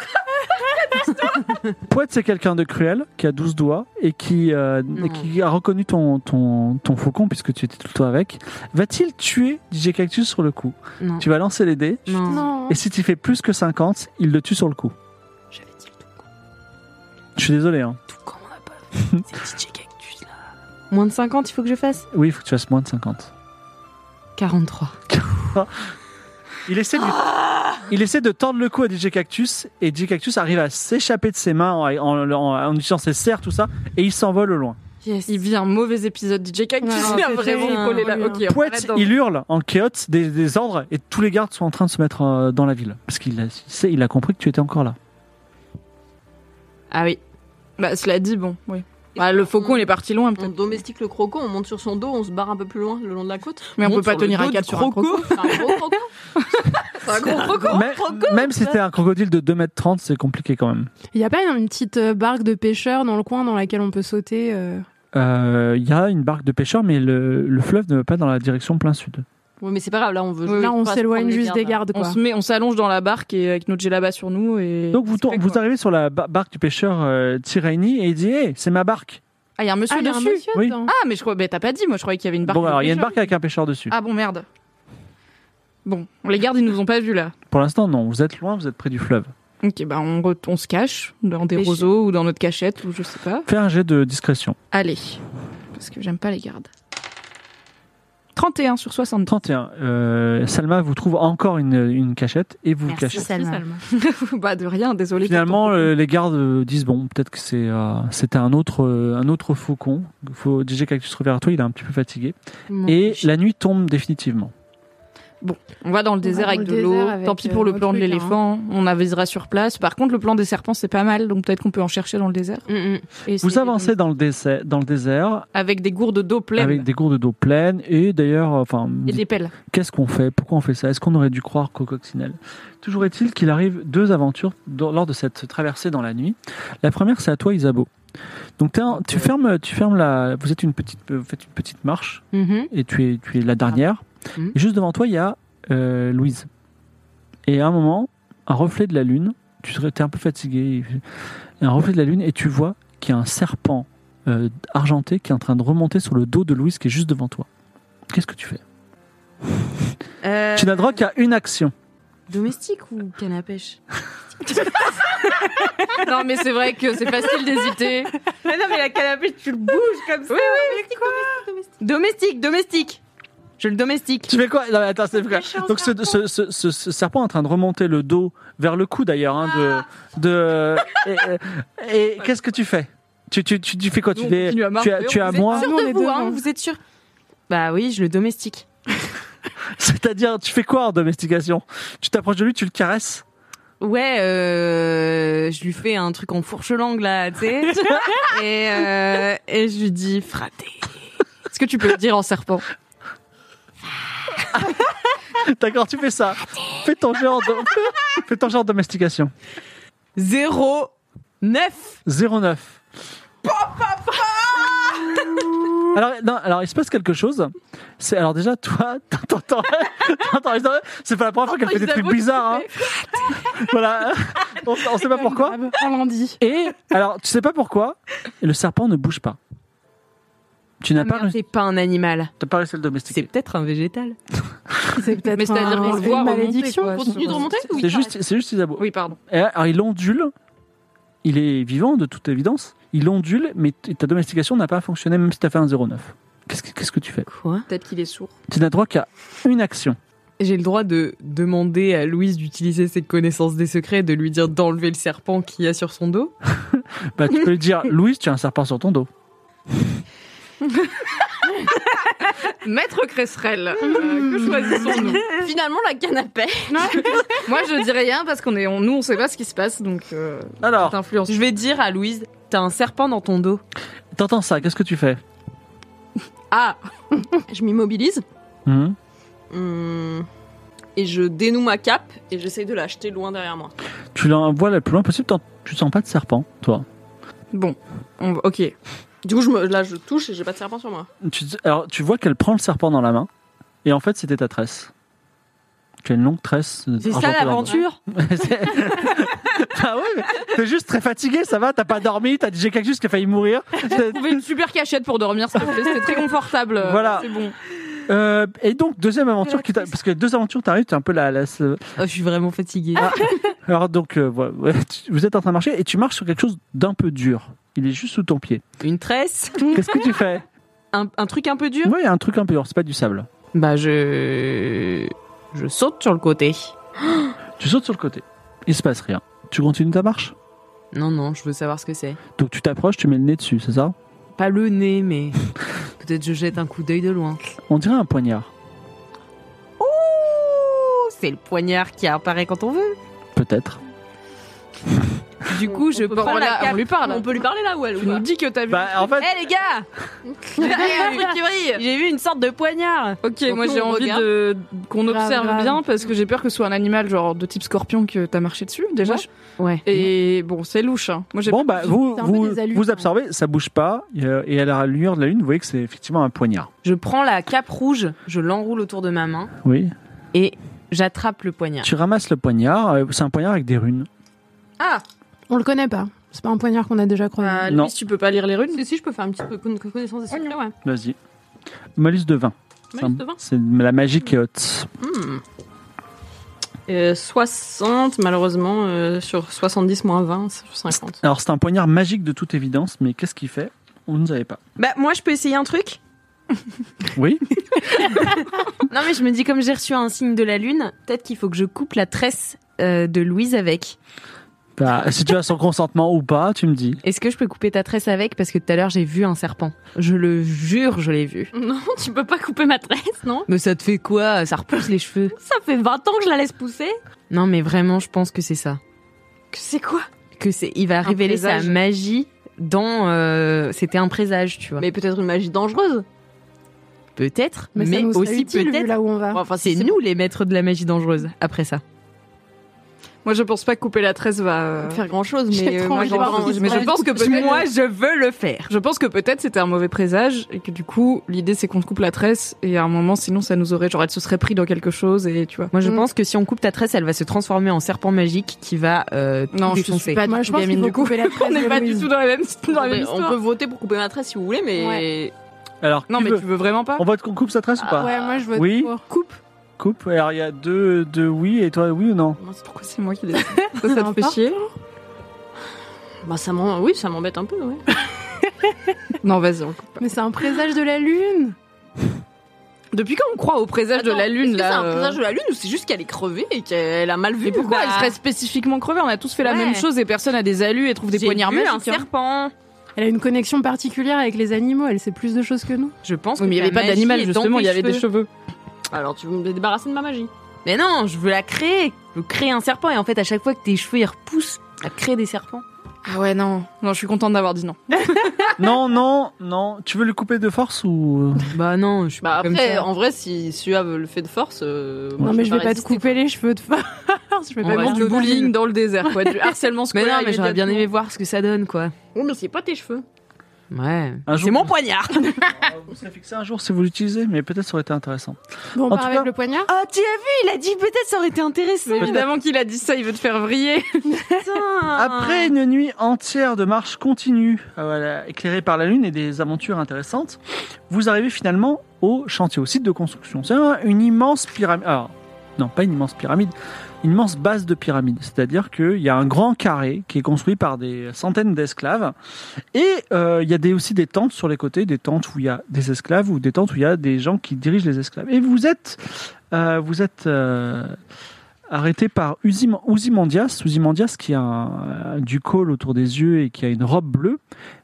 (laughs) Pouette, c'est quelqu'un de cruel qui a 12 doigts et qui, euh, Non. qui a reconnu ton, ton, ton faucon puisque tu étais tout le temps avec. Va-t-il tuer DJ Cactus sur le coup Non. Tu vas lancer les dés Non. Non. et si tu fais plus que 50, il le tue sur le coup. J'avais dit le toucan. Je suis désolé. Hein. Tout comme on n'a pas fait. C'est DJ Cactus là. Moins de 50, il faut que je fasse Oui, il faut que tu fasses moins de 50. 43. Il essaie, de, Ah il essaie de tordre le cou à DJ Cactus et DJ Cactus arrive à s'échapper de ses mains en, en, en- en utilisant ses serres, tout ça, et il s'envole au loin. Yes. Il vit un mauvais épisode DJ Cactus. Ouais, il a c'était vraiment un- collé là. Ok, hein. on Pouette, arrête dans- il hurle en chaos des, des ordres et tous les gardes sont en train de se mettre euh, dans la ville. Parce qu'il a, il sait- il a compris que tu étais encore là. Ah oui. Bah, cela dit, bon, oui. Bah, le faucon, il est parti loin, On peut-être. domestique le croco, on monte sur son dos, on se barre un peu plus loin le long de la côte. (laughs) Mais on monte peut pas sur le tenir un dos cap du sur un croco. C'est un gros croco. C'est un gros croco. Oh, Mais- même si c'était un crocodile de 2m30, c'est compliqué quand même. Il y a pas une petite euh, barque de pêcheurs dans le coin dans laquelle on peut sauter euh, Euh, Il y a une barque de pêcheurs, mais le, le fleuve ne va pas dans la direction plein sud. Oui, mais c'est pas grave, là on veut. Là, juste on pas se s'éloigne prendre les juste des gardes, hein. On quoi. se met, on s'allonge dans la barque et avec notre là-bas sur nous et. Donc vous, C'est tour- fait, vous quoi. arrivez sur la ba- barque du pêcheur euh, Tiraini et il dit Hé, c'est ma barque Ah, il y a un monsieur Ah, il y a un dessus. monsieur Oui. dedans. Ah, mais je crois, bah, t'as pas dit, moi je croyais qu'il y avait une barque. Bon, de alors il y a une pêcheurs. barque avec un pêcheur dessus. Ah bon, merde. Bon, les gardes ils nous ont pas vus là. Pour l'instant, non, vous êtes loin, vous êtes près du fleuve. Ok, bah on, re- on se cache dans des Pêcher. roseaux ou dans notre cachette ou je sais pas. Fais un jet de discrétion. Allez, parce que j'aime pas les gardes. 31 sur 60. 31. euh, Salma vous trouve encore une, une cachette et vous vous Merci cachez. Salma. (laughs) bah de rien, désolé. Finalement, euh, les gardes euh, disent bon, peut-être que c'est euh, c'était un autre euh, un autre faucon. Faut, DJ Cactus revient vers toi, il est un petit peu fatigué. Mon Et la nuit tombe définitivement. On va dans le va désert dans avec le de l'eau. désert avec, Tant pis pour euh, le nos plan de trucs, hein. l'éléphant. On avisera sur place. Par contre, le plan des serpents, c'est pas mal. Donc peut-être qu'on peut en chercher dans le désert. Mm, mm. Et Vous c'est- avancez dans le, désert, dans le désert Avec des gourdes d'eau pleines. avec des gourdes d'eau pleines et d'ailleurs, enfin, vous Et dites, des pelles. qu'est-ce qu'on fait Pourquoi on fait ça Est-ce qu'on aurait dû croire qu'au coccinelle Toujours est-il qu'il arrive deux aventures dans- lors de cette traversée dans la nuit. La première, c'est à toi, Isabeau. Donc t'es un- tu fermes, tu fermes la. Vous êtes une petite, euh, vous faites une petite marche Mhm. et tu es, tu es la dernière. Mhm. Et juste devant toi, il y a euh, Louise. Et à un moment, un reflet de la lune, tu es un peu fatigué, et un reflet de la lune, et tu vois qu'il y a un serpent euh, argenté qui est en train de remonter sur le dos de Louise qui est juste devant toi. Qu'est-ce que tu fais hein. Euh, Tu n'as droit qu'à une action. Domestique ou canne à pêche (laughs) non, mais c'est vrai que c'est facile d'hésiter. Mais non, mais la canne à pêche, tu le bouges comme ça. Domestique, domestique Je le domestique. Tu fais quoi Non, mais attends, c'est quoi Donc ce, ce- ce- ce- ce serpent est en train de remonter le dos vers le cou d'ailleurs hein, de Ah. de et, euh, et qu'est-ce que tu fais tu, tu, tu, tu fais quoi tu, Nous, on fais- tu, continue à as- marcher, tu es on à vous est moi Sûr Nous, on de est vous, devant. hein, vous êtes sûr Bah oui, je le domestique. C'est-à-dire, tu fais quoi en domestication Tu t'approches de lui, tu le caresses Ouais, euh, je lui fais un truc en fourche-langue là, tu (laughs) sais. et, euh, et je lui dis fraté. Est-ce que tu peux le dire en serpent D'accord, tu fais ça. Fais ton genre de... fais ton genre de domestication. 0 9 09. (laughs) Alors, non, alors, il se passe quelque chose. C'est, alors déjà, toi, (laughs) t'entends, t'entends- t'entends- c'est pas la première fois qu'elle fait des trucs bizarres, hein. (laughs) Voilà. On, on sait pas pourquoi. (laughs) On l'en dit. Et, alors, tu sais pas pourquoi, le serpent ne bouge pas. Tu n'as Ah pas, merde, réussi- C'est pas un animal. t'as pas réussi à le C'est domestiquer. peut-être un végétal. C'est peut-être Mais c'est-à-dire un- qu'on le voit une remonter, malédiction. quoi. Continue de remonter ou C'est il juste, c'est juste Isabeau. Oui, pardon. Et alors, il ondule. Il est vivant, de toute évidence. Il ondule, mais t- ta domestication n'a pas fonctionné, même si t'as fait un 09. Qu'est-ce que, qu'est-ce que tu fais Quoi Peut-être qu'il est sourd. Tu n'as droit qu'à une action. J'ai le droit de demander à Louise d'utiliser ses connaissances des secrets, de lui dire d'enlever le serpent qu'il y a sur son dos. Bah, tu peux lui (laughs) dire, Louise, tu as un serpent sur ton dos. Maître Cresserelle, euh, que choisissons-nous mm. Finalement, la canne à paix. Moi, je dis rien parce qu'on est, on- nous, on sait pas ce qui se passe, donc euh, Alors, t'influences. Je vais dire à Louise, t'as un serpent dans ton dos. t'entends ça, qu'est-ce que tu fais Ah (laughs) Je m'immobilise. Hum Hum, Et je dénoue ma cape et j'essaye de l'acheter loin derrière moi. Tu l'envoies le plus loin possible, t'en- tu sens pas de serpent, toi. Bon, on va- ok. Du coup, je me, là, je touche et j'ai pas de serpent sur moi. Tu, alors, tu vois qu'elle prend le serpent dans la main, et en fait, c'était ta tresse. Tu as une longue tresse. C'est ça argentée dans la main. l'aventure C'est- (laughs) bah ouais, mais t'es juste très fatigué, ça va, t'as pas dormi, t'as digé quelque chose qui a failli mourir. Trouver une super cachette pour dormir, s'il te plaît, c'était très confortable. euh, Voilà. C'est bon. Euh, et donc, deuxième aventure, qui t'a- parce que deux aventures t'arrivent, t'es un peu la... la- Oh, Je suis vraiment fatiguée. Alors donc, euh, voilà, ouais, (laughs) tu- vous êtes en train de marcher, et tu marches sur quelque chose d'un peu dur. Il est juste sous ton pied. Ah, Une tresse Qu'est-ce (laughs) que tu fais un, un truc un peu dur Ouais, il y a un truc un peu dur, c'est pas du sable. Bah je... Je saute sur le côté. Tu sautes sur le côté, il se passe rien. Tu continues ta marche Non, non, je veux savoir ce que c'est. Donc tu t'approches, tu mets le nez dessus, c'est ça Pas le nez, (laughs) mais... Peut-être je jette un coup d'œil de loin. On dirait un poignard, Oh, c'est le poignard qui apparaît quand on veut. peut-être. Du coup, je peut prends pas la la- cape. on lui parle. On peut lui parler là ou elle ou Tu nous pas dis que t'as vu. Bah en fait, Eh les gars J'ai vu une sorte de poignard. Ok, Donc moi nous, j'ai on envie regarde. de qu'on Grave, observe grave. bien parce que j'ai peur que ce soit un animal genre de type scorpion que t'as marché dessus déjà. Moi, Ouais. Et bon, c'est louche. Hein. Moi j'ai bon bah vous C'est un peu vous, Eh, des allures, vous hein. absorbez, ça bouge pas et, euh, et à la lueur de la lune, vous voyez que c'est effectivement un poignard. Je prends la cape rouge, je l'enroule autour de ma main Oui. et j'attrape le poignard. Tu ramasses le poignard, euh, c'est un poignard avec des runes. On le connaît pas. C'est pas un poignard qu'on a déjà croisé. Ah, Non. Louise, tu peux pas lire les runes. (laughs) Si, si, je peux faire un petit peu de connaissance des secrets, ouais. Vas-y. Malice de vin. C'est un- Malice de vin. C'est la magie qui est haute. Hmm. Euh, 60, malheureusement, euh, sur 70 moins 20, c'est sur 50. Alors c'est un poignard magique de toute évidence, mais qu'est-ce qu'il fait On ne savait pas. Bah moi je peux essayer un truc Oui. Non mais je me dis comme j'ai reçu un signe de la lune, peut-être qu'il faut que je coupe la tresse euh, de Louise avec. (laughs) Bah, si tu as son consentement ou pas, tu me dis. Est-ce que je peux couper ta tresse avec Parce que tout à l'heure j'ai vu un serpent. Je le jure, je l'ai vu. Non, tu peux pas couper ma tresse, non Mais ça te fait quoi Ça repousse les cheveux. Ça fait 20 ans que je la laisse pousser. Non mais vraiment je pense que c'est ça. Que c'est quoi Que c'est, il va révéler sa présage. magie dans. euh, C'était un présage, tu vois. Mais peut-être une magie dangereuse. peut-être, mais, mais, ça nous serait aussi utile vu peut-être. là où on va. Enfin, c'est nous les maîtres de la magie dangereuse. Après ça. Moi je pense pas que couper la tresse va euh, Faire grand chose, J'ai mais euh, trop moi, envie de j'ai pas voir ce qui envie. se Mais je Ouais. pense que peut-être. je veux le faire. Je pense que peut-être c'était un mauvais présage et que du coup l'idée c'est qu'on te coupe la tresse et à un moment sinon ça nous aurait genre elle se serait pris dans quelque chose et tu vois. Moi, je Mm. pense que si on coupe ta tresse, elle va se transformer en serpent magique qui va euh, tout Non, je défoncer. suis pas Moi, du je tout pense gamine qu'il faut du coup. couper la On tresse n'est de pas du Louise. tout dans la même, dans la même Mais On histoire. peut voter pour couper ma tresse si vous voulez, mais Alors, Non qui mais veut- tu veux vraiment pas on vote qu'on coupe sa tresse ou pas Ah, Ouais, moi je veux Oui. pour. Coupe. Coupe. Alors il y a deux, deux oui et toi oui ou non Mince, Pourquoi c'est moi qui décide (laughs) Ça, ça te fait N'importe. chier bah, ça m'en- oui, ça m'embête un peu. Ouais. Non vas-y on coupe. Mais c'est un présage de la lune. Depuis quand on croit au présage de Attends, la lune Est-ce que là c'est un euh, présage de la lune ou c'est juste qu'elle est crevée et qu'elle a mal vu Et pourquoi Bah, elle serait spécifiquement crevée On a tous fait la Ouais. même chose et personne a des alus et trouve des J'ai poignards vu un magiques. hein. serpent. Elle a une connexion particulière avec les animaux. Elle sait plus de choses que nous. Je pense. Oui, mais n'y il n'y avait pas d'animal justement, il y avait des cheveux. Alors tu veux me débarrasser de ma magie Mais non, je veux la créer. Je veux créer un serpent et en fait, à chaque fois que tes cheveux ils repoussent, ça crée des serpents. Ah ouais non, non je suis contente d'avoir dit non. Non, non, non. Tu veux le couper de force ou euh, Bah non, je suis Bah pas comme après, ça. en vrai, si Suave le fait de force, euh, non, moi, mais je vais pas te résister. couper les cheveux de (laughs) force. je vais On pas va mettre se Du de bullying dans le désert quoi, du harcèlement Mais scolaire. non, mais j'aurais bien immédiatement. aimé voir ce que ça donne, quoi. Oui, mais c'est pas tes cheveux. Ouais. Un C'est jour, mon poignard. (laughs) vous serez fixé un jour si vous l'utilisez, mais peut-être ça aurait été intéressant. Bon, on En tout part avec cas- le poignard Oh, tu as vu, il a dit peut-être ça aurait été intéressant. Évidemment qu'il a dit ça, (laughs) il veut te faire vriller. Après une nuit entière de marche continue, euh, voilà, éclairée par la lune et des aventures intéressantes, vous arrivez finalement au chantier, au site de construction. C'est un- une immense pyramide. Alors, non, pas une immense pyramide, une immense base de pyramide. C'est-à-dire qu'il y a un grand carré qui est construit par des centaines d'esclaves. Et euh, il y a des, aussi des tentes sur les côtés, des tentes où il y a des esclaves ou des tentes où il y a des gens qui dirigent les esclaves. Et vous êtes, euh, vous êtes euh, arrêté par Usim- Ouzimandias, Ouzimandias qui a un- euh, du col autour des yeux et qui a une robe bleue.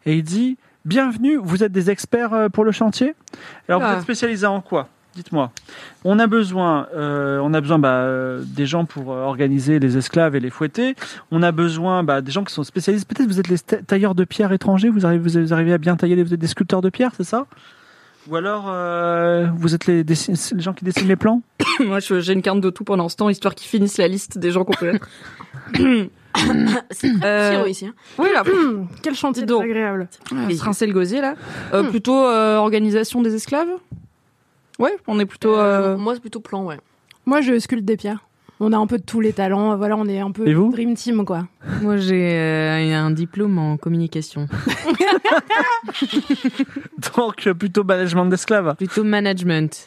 Et il dit Bienvenue, vous êtes des experts euh, pour le chantier Alors vous Ah. êtes spécialisé en quoi Dites-moi. On a besoin, euh, on a besoin bah, euh, des gens pour euh, organiser les esclaves et les fouetter. On a besoin bah, des gens qui sont spécialistes. Peut-être vous êtes les sta- tailleurs de pierre étrangers. Vous arrivez, vous arrivez à bien tailler. les- Vous êtes des sculpteurs de pierre, c'est ça Ou alors euh, vous êtes les, dessi- les gens qui dessinent les plans Moi, je- j'ai une carte de tout pendant ce temps, histoire qu'ils finissent la liste des gens qu'on peut être. C'est très Euh, sirop ici. hein. Oui, là, Hum, Quel chantier Donc. agréable. on se rincer le gosier, là. Euh, Plutôt euh, organisation des esclaves Ouais, on est plutôt... euh, Euh, Moi, c'est plutôt plan, ouais. Moi, je sculpte des pierres. On a un peu de tous les talents. Voilà, on est un peu Et vous dream team, quoi. (laughs) Moi, j'ai euh, un diplôme en communication, (laughs) Donc euh, plutôt management d'esclaves. plutôt management.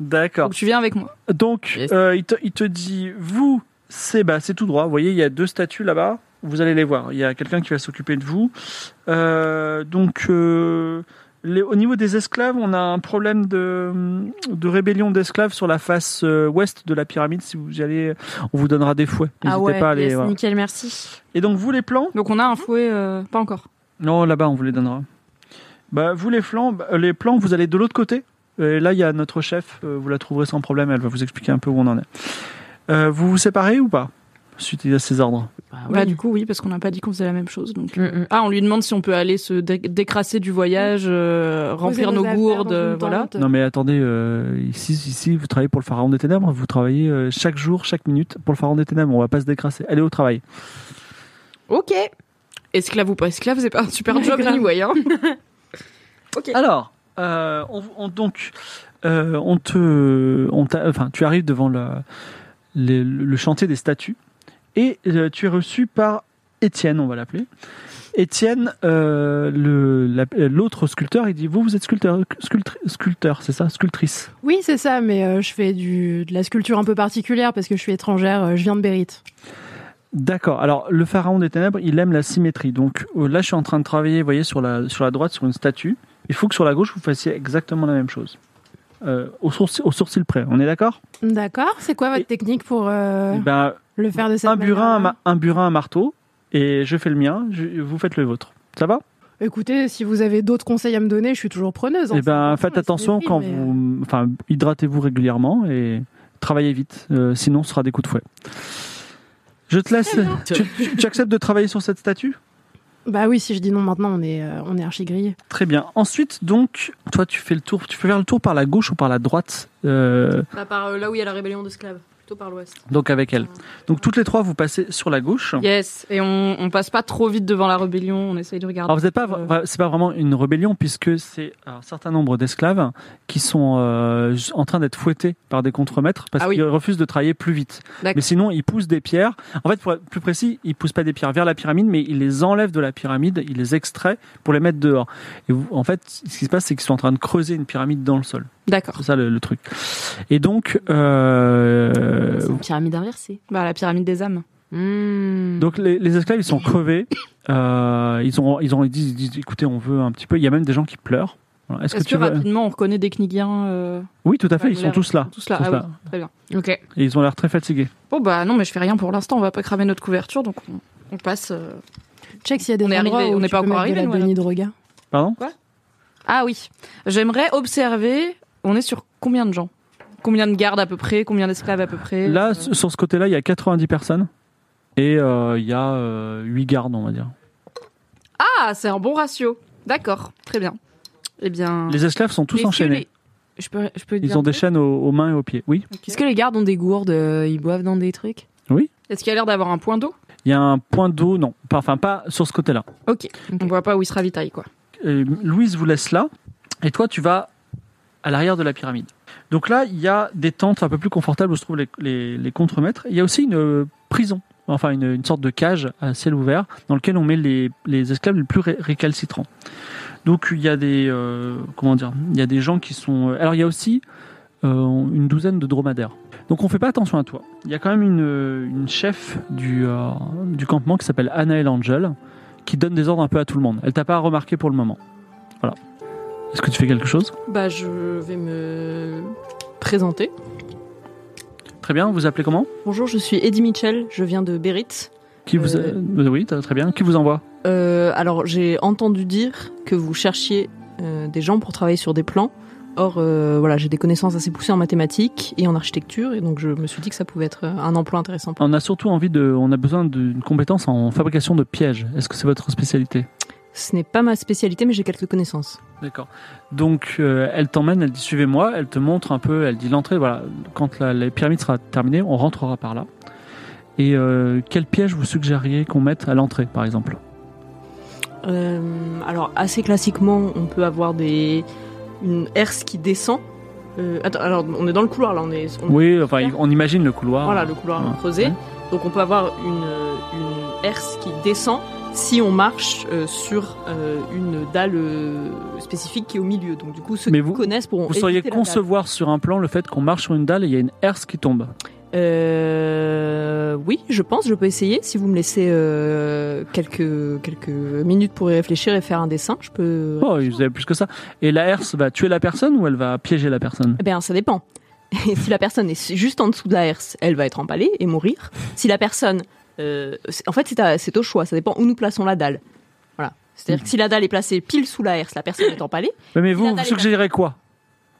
D'accord. Donc tu viens avec moi. Donc Yes. euh, il, te, il te dit, vous, c'est bah, c'est tout droit. Vous voyez, il y a deux statues là-bas. Vous allez les voir. Il y a quelqu'un qui va s'occuper de vous. Euh, donc euh, les- au niveau des esclaves, on a un problème de, de rébellion d'esclaves sur la face euh, ouest de la pyramide. Si vous y allez, on vous donnera des fouets. N'hésitez pas à aller. Ah yes, voilà. nickel, merci. Et donc vous les plans Donc on a un fouet, euh, pas encore. Non, là-bas, on vous les donnera. Bah, vous, les, flancs, bah, les plans, vous allez de l'autre côté. Et là, il y a notre chef. euh, vous la trouverez sans problème. Elle va vous expliquer un peu où on en est. Euh, vous vous séparez ou pas Suite à ces ordres. Bah, Bah oui. du coup, oui, parce qu'on n'a pas dit qu'on faisait la même chose. Donc. Mm, mm. Ah, on lui demande si on peut aller se dé- décrasser du voyage, euh, remplir Poser nos affaires gourdes, dans une euh, voilà. tente. Non, mais attendez. euh, ici, ici, vous travaillez pour le pharaon des ténèbres. Vous travaillez euh, chaque jour, chaque minute pour le pharaon des ténèbres. On va pas se décrasser. Allez au travail. Ok. Esclave ou pas esclave, c'est pas un super Ouais, job grave. anyway. Hein. Alors, euh, on, on- donc, euh, on te, on t'a- enfin, tu arrives devant le, le, le chantier des statues et euh, tu es reçu par Étienne, on va l'appeler. Étienne, euh, le- la- l'autre sculpteur, il dit vous, vous êtes sculpteur, sculpteur, sculpteur, c'est ça, sculptrice. Oui, c'est ça, mais euh, je fais du, de la sculpture un peu particulière parce que je suis étrangère, euh, je viens de Bérite. D'accord. Alors, le pharaon des ténèbres, il aime la symétrie. Donc euh, là, je suis en train de travailler, vous voyez, sur la, sur la droite, sur une statue. Il faut que sur la gauche, vous fassiez exactement la même chose. Euh, au, sourcil, au sourcil près, on est d'accord D'accord, c'est quoi votre Et- technique pour euh, Eh ben, le faire de cette un manière burin, un, ma- un burin, un marteau, et je fais le mien, je- vous faites le vôtre. Ça va Écoutez, si vous avez d'autres conseils à me donner, je suis toujours preneuse. hein. Eh ben, C'est faites des attention films, quand mais, euh, vous, enfin, hydratez-vous régulièrement et travaillez vite, euh, sinon ce sera des coups de fouet. Je te laisse. Tu, tu- tu acceptes de travailler sur cette statue euh, Bah oui, si je dis non maintenant, on est, euh, on est archi grillé. Très bien. Ensuite, donc, toi, tu fais le tour. Tu peux faire le tour par la gauche ou par la droite, euh, Bah, par, euh, là où il y a la rébellion d'esclaves. Plutôt par l'ouest. donc avec elle. Donc, toutes les trois, vous passez sur la gauche. Yes. Et on, on passe pas trop vite devant la rébellion, on essaye de regarder. Alors vous n'êtes pas, Euh. vra- c'est pas vraiment une rébellion puisque c'est un certain nombre d'esclaves qui sont euh, ju- en train d'être fouettés par des contremaîtres parce Ah oui. qu'ils refusent de travailler plus vite. D'accord. Mais sinon ils poussent des pierres. En fait, pour être plus précis, ils poussent pas des pierres vers la pyramide, mais ils les enlèvent de la pyramide, ils les extraient pour les mettre dehors. Et vous- en fait, ce qui se passe, c'est qu'ils sont en train de creuser une pyramide dans le sol. D'accord. C'est ça le, le truc. Et donc, euh, C'est une pyramide inversée. Bah la pyramide des âmes. Mm. Donc les, les esclaves ils sont crevés, Euh, ils ont ils ont ils disent, ils disent, écoutez on veut un petit peu. Il y a même des gens qui pleurent. Voilà. Est-ce Est-ce que que, tu veux rapidement on reconnaît des Knigiens euh, Oui tout à fait, Ouais, ils vous sont l'avez- tous là. tous là Tous Ah là. oui, très bien. Ok. Et ils ont l'air très fatigués. Bon bah non, mais je fais rien pour l'instant, on va pas cramer notre couverture, donc on, on passe. euh. Check s'il y a des On est endroits arrivé- où on n'est tu pas peux encore mettre de arrivé, nous, la alors. Denis de regard. Pardon Ah oui. J'aimerais observer. On est sur combien de gens Combien de gardes à peu près Combien d'esclaves à peu près Là Euh, sur ce côté là il y a 90 personnes et euh, il y a 8 gardes on va dire. Ah, c'est un bon ratio. D'accord, très bien. Eh bien. Les esclaves sont tous Mais est-ce que enchaînés. les- Je peux, je peux Ils dire ont des un truc chaînes aux, aux mains et aux pieds. Oui. Est-ce que les gardes ont des gourdes euh, Ils boivent dans des trucs Est-ce qu'il y a l'air d'avoir un point d'eau Il y a un point d'eau non, Pas- enfin pas sur ce côté là. Ok. On voit pas où il se ravitaille, quoi. euh, Louise vous laisse là, et toi, tu vas à l'arrière de la pyramide. Donc là, il y a des tentes un peu plus confortables où se trouvent les, les, les contremaîtres. Il y a aussi une euh, prison, enfin une, une sorte de cage à ciel ouvert dans lequel on met les, les esclaves les plus ré- récalcitrants. Donc il y a des euh, comment dire, il y a des gens qui sont. Alors il y a aussi euh, une douzaine de dromadaires. Donc on fait pas attention à toi. Il y a quand même une, euh, une chef du, euh, du campement qui s'appelle Annaëlle Angel qui donne des ordres un peu à tout le monde. Elle t'a pas remarqué pour le moment. Voilà. Est-ce que tu fais quelque chose Bah, je vais me présenter. Très bien, vous vous appelez comment Bonjour, je suis Eddie Mitchell, je viens de Berit. Qui vous Euh, euh, Oui, t'as- très bien. Qui vous envoie Euh, alors, j'ai entendu dire que vous cherchiez euh, des gens pour travailler sur des plans. Or, euh, voilà, j'ai des connaissances assez poussées en mathématiques et en architecture, et donc je me suis dit que ça pouvait être euh, un emploi intéressant. On a surtout envie de on a besoin d'une compétence en fabrication de pièges. Est-ce que c'est votre spécialité Ce n'est pas ma spécialité, mais j'ai quelques connaissances. D'accord. Donc euh, elle t'emmène, elle dit suivez-moi, elle te montre un peu, elle dit l'entrée voilà, quand la, la pyramide sera terminée, on rentrera par là. Et euh, quel piège vous suggériez qu'on mette à l'entrée par exemple Euh, alors, assez classiquement, on peut avoir des une herse qui descend. Euh, attends, alors, on est dans le couloir, là, on est... on- Oui, enfin on imagine le couloir. Voilà, le couloir Ouais. creusé. Ouais. Donc on peut avoir une, une herse qui descend si on marche euh, sur euh, une dalle euh, spécifique qui est au milieu. Donc du coup, ceux Mais qui vous- connaissent pourront Vous sauriez éviter la dalle. concevoir sur un plan le fait qu'on marche sur une dalle et il y a une herse qui tombe. Euh, oui, je pense, je peux essayer. Si vous me laissez euh, quelques, quelques minutes pour y réfléchir et faire un dessin, je peux... Oh, vous avez plus que ça. Et la herse va tuer la personne ou elle va piéger la personne Eh bien, ça dépend. (laughs) Et si la personne est juste en dessous de la herse, elle va être empalée et mourir. Si la personne. euh, c'est- en fait, c'est, à- c'est au choix, ça dépend où nous plaçons la dalle. Voilà. C'est-à-dire que si la dalle est placée pile sous la herse, la personne est empalée. Mais, mais vous, la vous dalle est suggérez quoi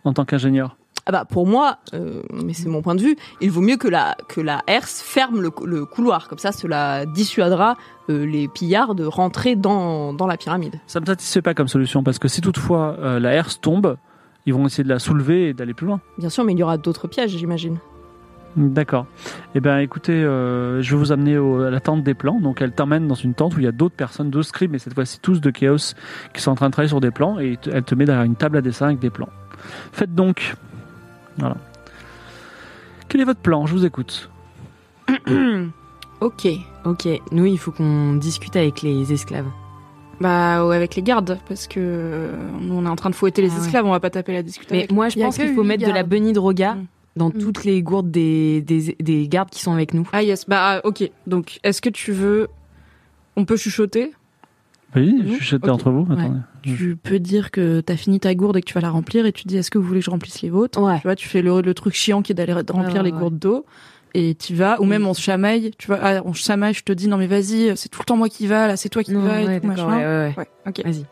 en tant qu'ingénieur Ah bah, pour moi, euh, mais c'est mon point de vue, il vaut mieux que la, que la herse ferme le, cou- le couloir. Comme ça, cela dissuadera euh, les pillards de rentrer dans, dans la pyramide. Ça me satisfait pas comme solution parce que si toutefois euh, la herse tombe, ils vont essayer de la soulever et d'aller plus loin. Bien sûr, mais il y aura d'autres pièges, j'imagine. D'accord. Eh bien, écoutez, euh, je vais vous amener au- à la tente des plans. Donc, elle t'emmène dans une tente où il y a d'autres personnes, d'autres scribes, mais cette fois-ci tous de Chaos, qui sont en train de travailler sur des plans. Et te- elle te met derrière une table à dessin avec des plans. Faites donc. Voilà. Quel est votre plan Je vous écoute. Ok. (clears throat) Ok, nous, il faut qu'on discute avec les esclaves. Bah, ouais, avec les gardes, parce que euh, nous, on est en train de fouetter les Ah ouais. esclaves, on va pas taper la discute Mais avec. moi, je Il y a pense que qu'il faut huit mettre de la gardes. bunny droga Mm. dans Mm. toutes les gourdes des, des, des gardes qui sont avec nous. Ah, yes, bah, ah, ok. Donc, est-ce que tu veux. On peut chuchoter Vas-y, Nous chuchotez Ok. entre vous. Ouais. Attendez. Tu peux dire que t'as fini ta gourde et que tu vas la remplir et tu dis est-ce que vous voulez que je remplisse les vôtres Ouais. Tu vois, tu fais le, le truc chiant qui est d'aller remplir ouais, les ouais. Mm. gourdes d'eau et tu vas, ou même Oui. on se chamaille, tu vois, ah, on se chamaille, je te dis non mais vas-y, c'est tout le temps moi qui va, là c'est toi qui Non, va et Mm, ouais, tout d'accord, machin. ouais, ouais, ouais. Ouais, ok. Vas-y.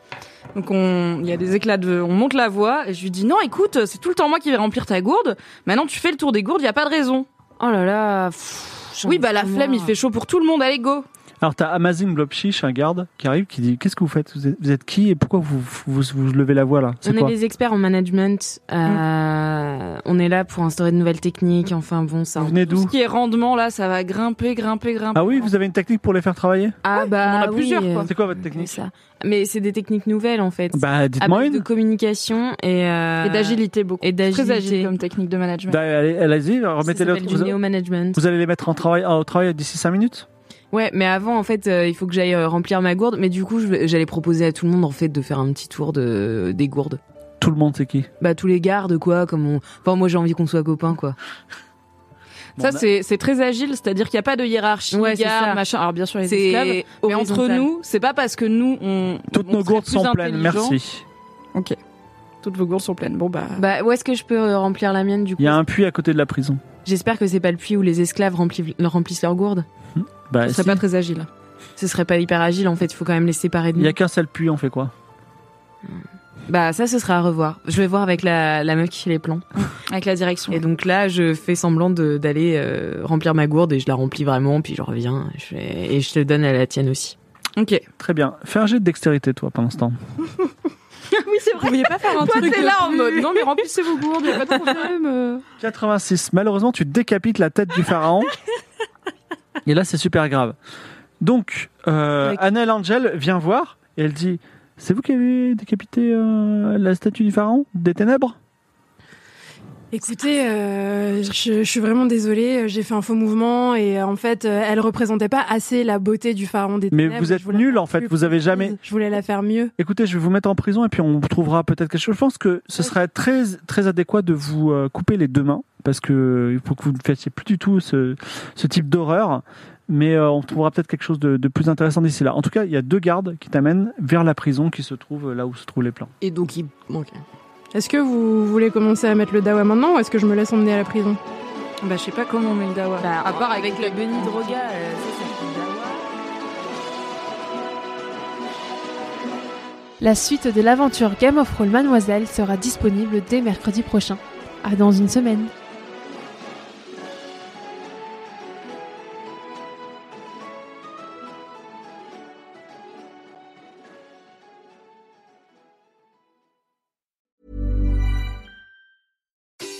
Donc on, il y a des éclats de, on monte la voix et je lui dis non, écoute, c'est tout le temps moi qui vais remplir ta gourde. Maintenant tu fais le tour des gourdes, il y a pas de raison. Oh là là. pff, j'en Oui ai bah la trop flemme, il marre. fait chaud pour tout le monde, allez go. Alors t'as Amazing Blobshish, un garde, qui arrive, qui dit Qu'est-ce que vous faites vous êtes, vous êtes qui et pourquoi vous, vous, vous levez la voix là C'est On est quoi des experts en management. euh, On est là pour instaurer de nouvelles techniques. Enfin bon, ça. Vous venez Tout ce d'où qui est rendement là, ça va grimper, grimper, grimper. Ah oui, vous avez une technique pour les faire travailler Ah bah. on en a oui, plusieurs, euh, quoi. C'est quoi votre technique ça. Mais c'est des techniques nouvelles en fait. Bah À dites-moi base Ah, de une. communication et. euh, Et d'agilité beaucoup. Et d'agilité. Très agile comme technique de management. Bah, allez- Allez-y, Ça remettez-le. s'appelle Vous, du néo-management. vous allez les mettre en travail, au travail d'ici 5 minutes Ouais, mais avant, en fait, euh, il faut que j'aille euh, remplir ma gourde. Mais du coup, je vais- j'allais proposer à tout le monde, en fait, de faire un petit tour de, des gourdes. Tout le monde c'est qui Bah, tous les gardes, quoi, comme on... Enfin, moi, j'ai envie qu'on soit copains, quoi. ça Bon, c'est c'est très agile, c'est-à-dire qu'il n'y a pas de hiérarchie, Ouais, c'est garde, ça. machin. Alors bien sûr les esclaves. C'est Mais entre horizontal. nous, c'est pas parce que nous on Toutes on nos serait gourdes plus sont pleines, intelligents. merci. Toutes vos gourdes sont pleines. Bon bah. Bah, où est-ce que je peux euh, remplir la mienne, du coup Il y a un puits à côté de la prison. J'espère que c'est pas le puits où les esclaves rempli- remplissent leurs gourdes. Bah, ce serait si. pas très agile. Ce serait pas hyper agile, en fait. Il faut quand même les séparer de Il nous. y a qu'un seul puits, on fait quoi Bah, ça, ce sera à revoir. Je vais voir avec la, la meuf qui fait les plans. (laughs) Avec la direction. Et donc là, je fais semblant de- d'aller euh, remplir ma gourde et je la remplis vraiment, puis je reviens. Je fais- Et je te donne à la tienne aussi. Ok. Très bien. Fais un jet de dextérité toi pendant ce temps. Oui, c'est vrai. Vous pouviez pas faire un truc t'es là en mode non mais remplissez vos gourdes, y a pas de problème. euh. 86. Malheureusement, tu décapites la tête du (laughs) pharaon. Et là, c'est super grave. Donc, euh, Ok. Annelle Angel vient voir et elle dit C'est vous qui avez décapité euh, la statue du pharaon des ténèbres Écoutez, euh, je, je suis vraiment désolée, euh, j'ai fait un faux mouvement et euh, en fait, euh, elle représentait pas assez la beauté du pharaon des Mais ténèbres. vous êtes Je voulais nul la en fait, faire vous avez plus jamais. prise. Je voulais la faire mieux. Écoutez, je vais vous mettre en prison et puis on trouvera peut-être quelque chose. Je pense que ce serait très, très adéquat de vous euh, couper les deux mains parce que euh, il faut que vous ne fassiez plus du tout ce, ce type d'horreur. Mais euh, on trouvera peut-être quelque chose de, de plus intéressant d'ici là. En tout cas, il y a deux gardes qui t'amènent vers la prison qui se trouve là où se trouvent les plans. Et donc, il... ok. Est-ce que vous voulez commencer à mettre le dawa maintenant ou est-ce que je me laisse emmener à la prison Bah, je sais pas comment on met le dawa. à part avec, le Benny Droga, euh, ça, ça fait dawa. La suite de l'aventure Game of Roll Mademoiselle sera disponible dès mercredi prochain. À dans une semaine.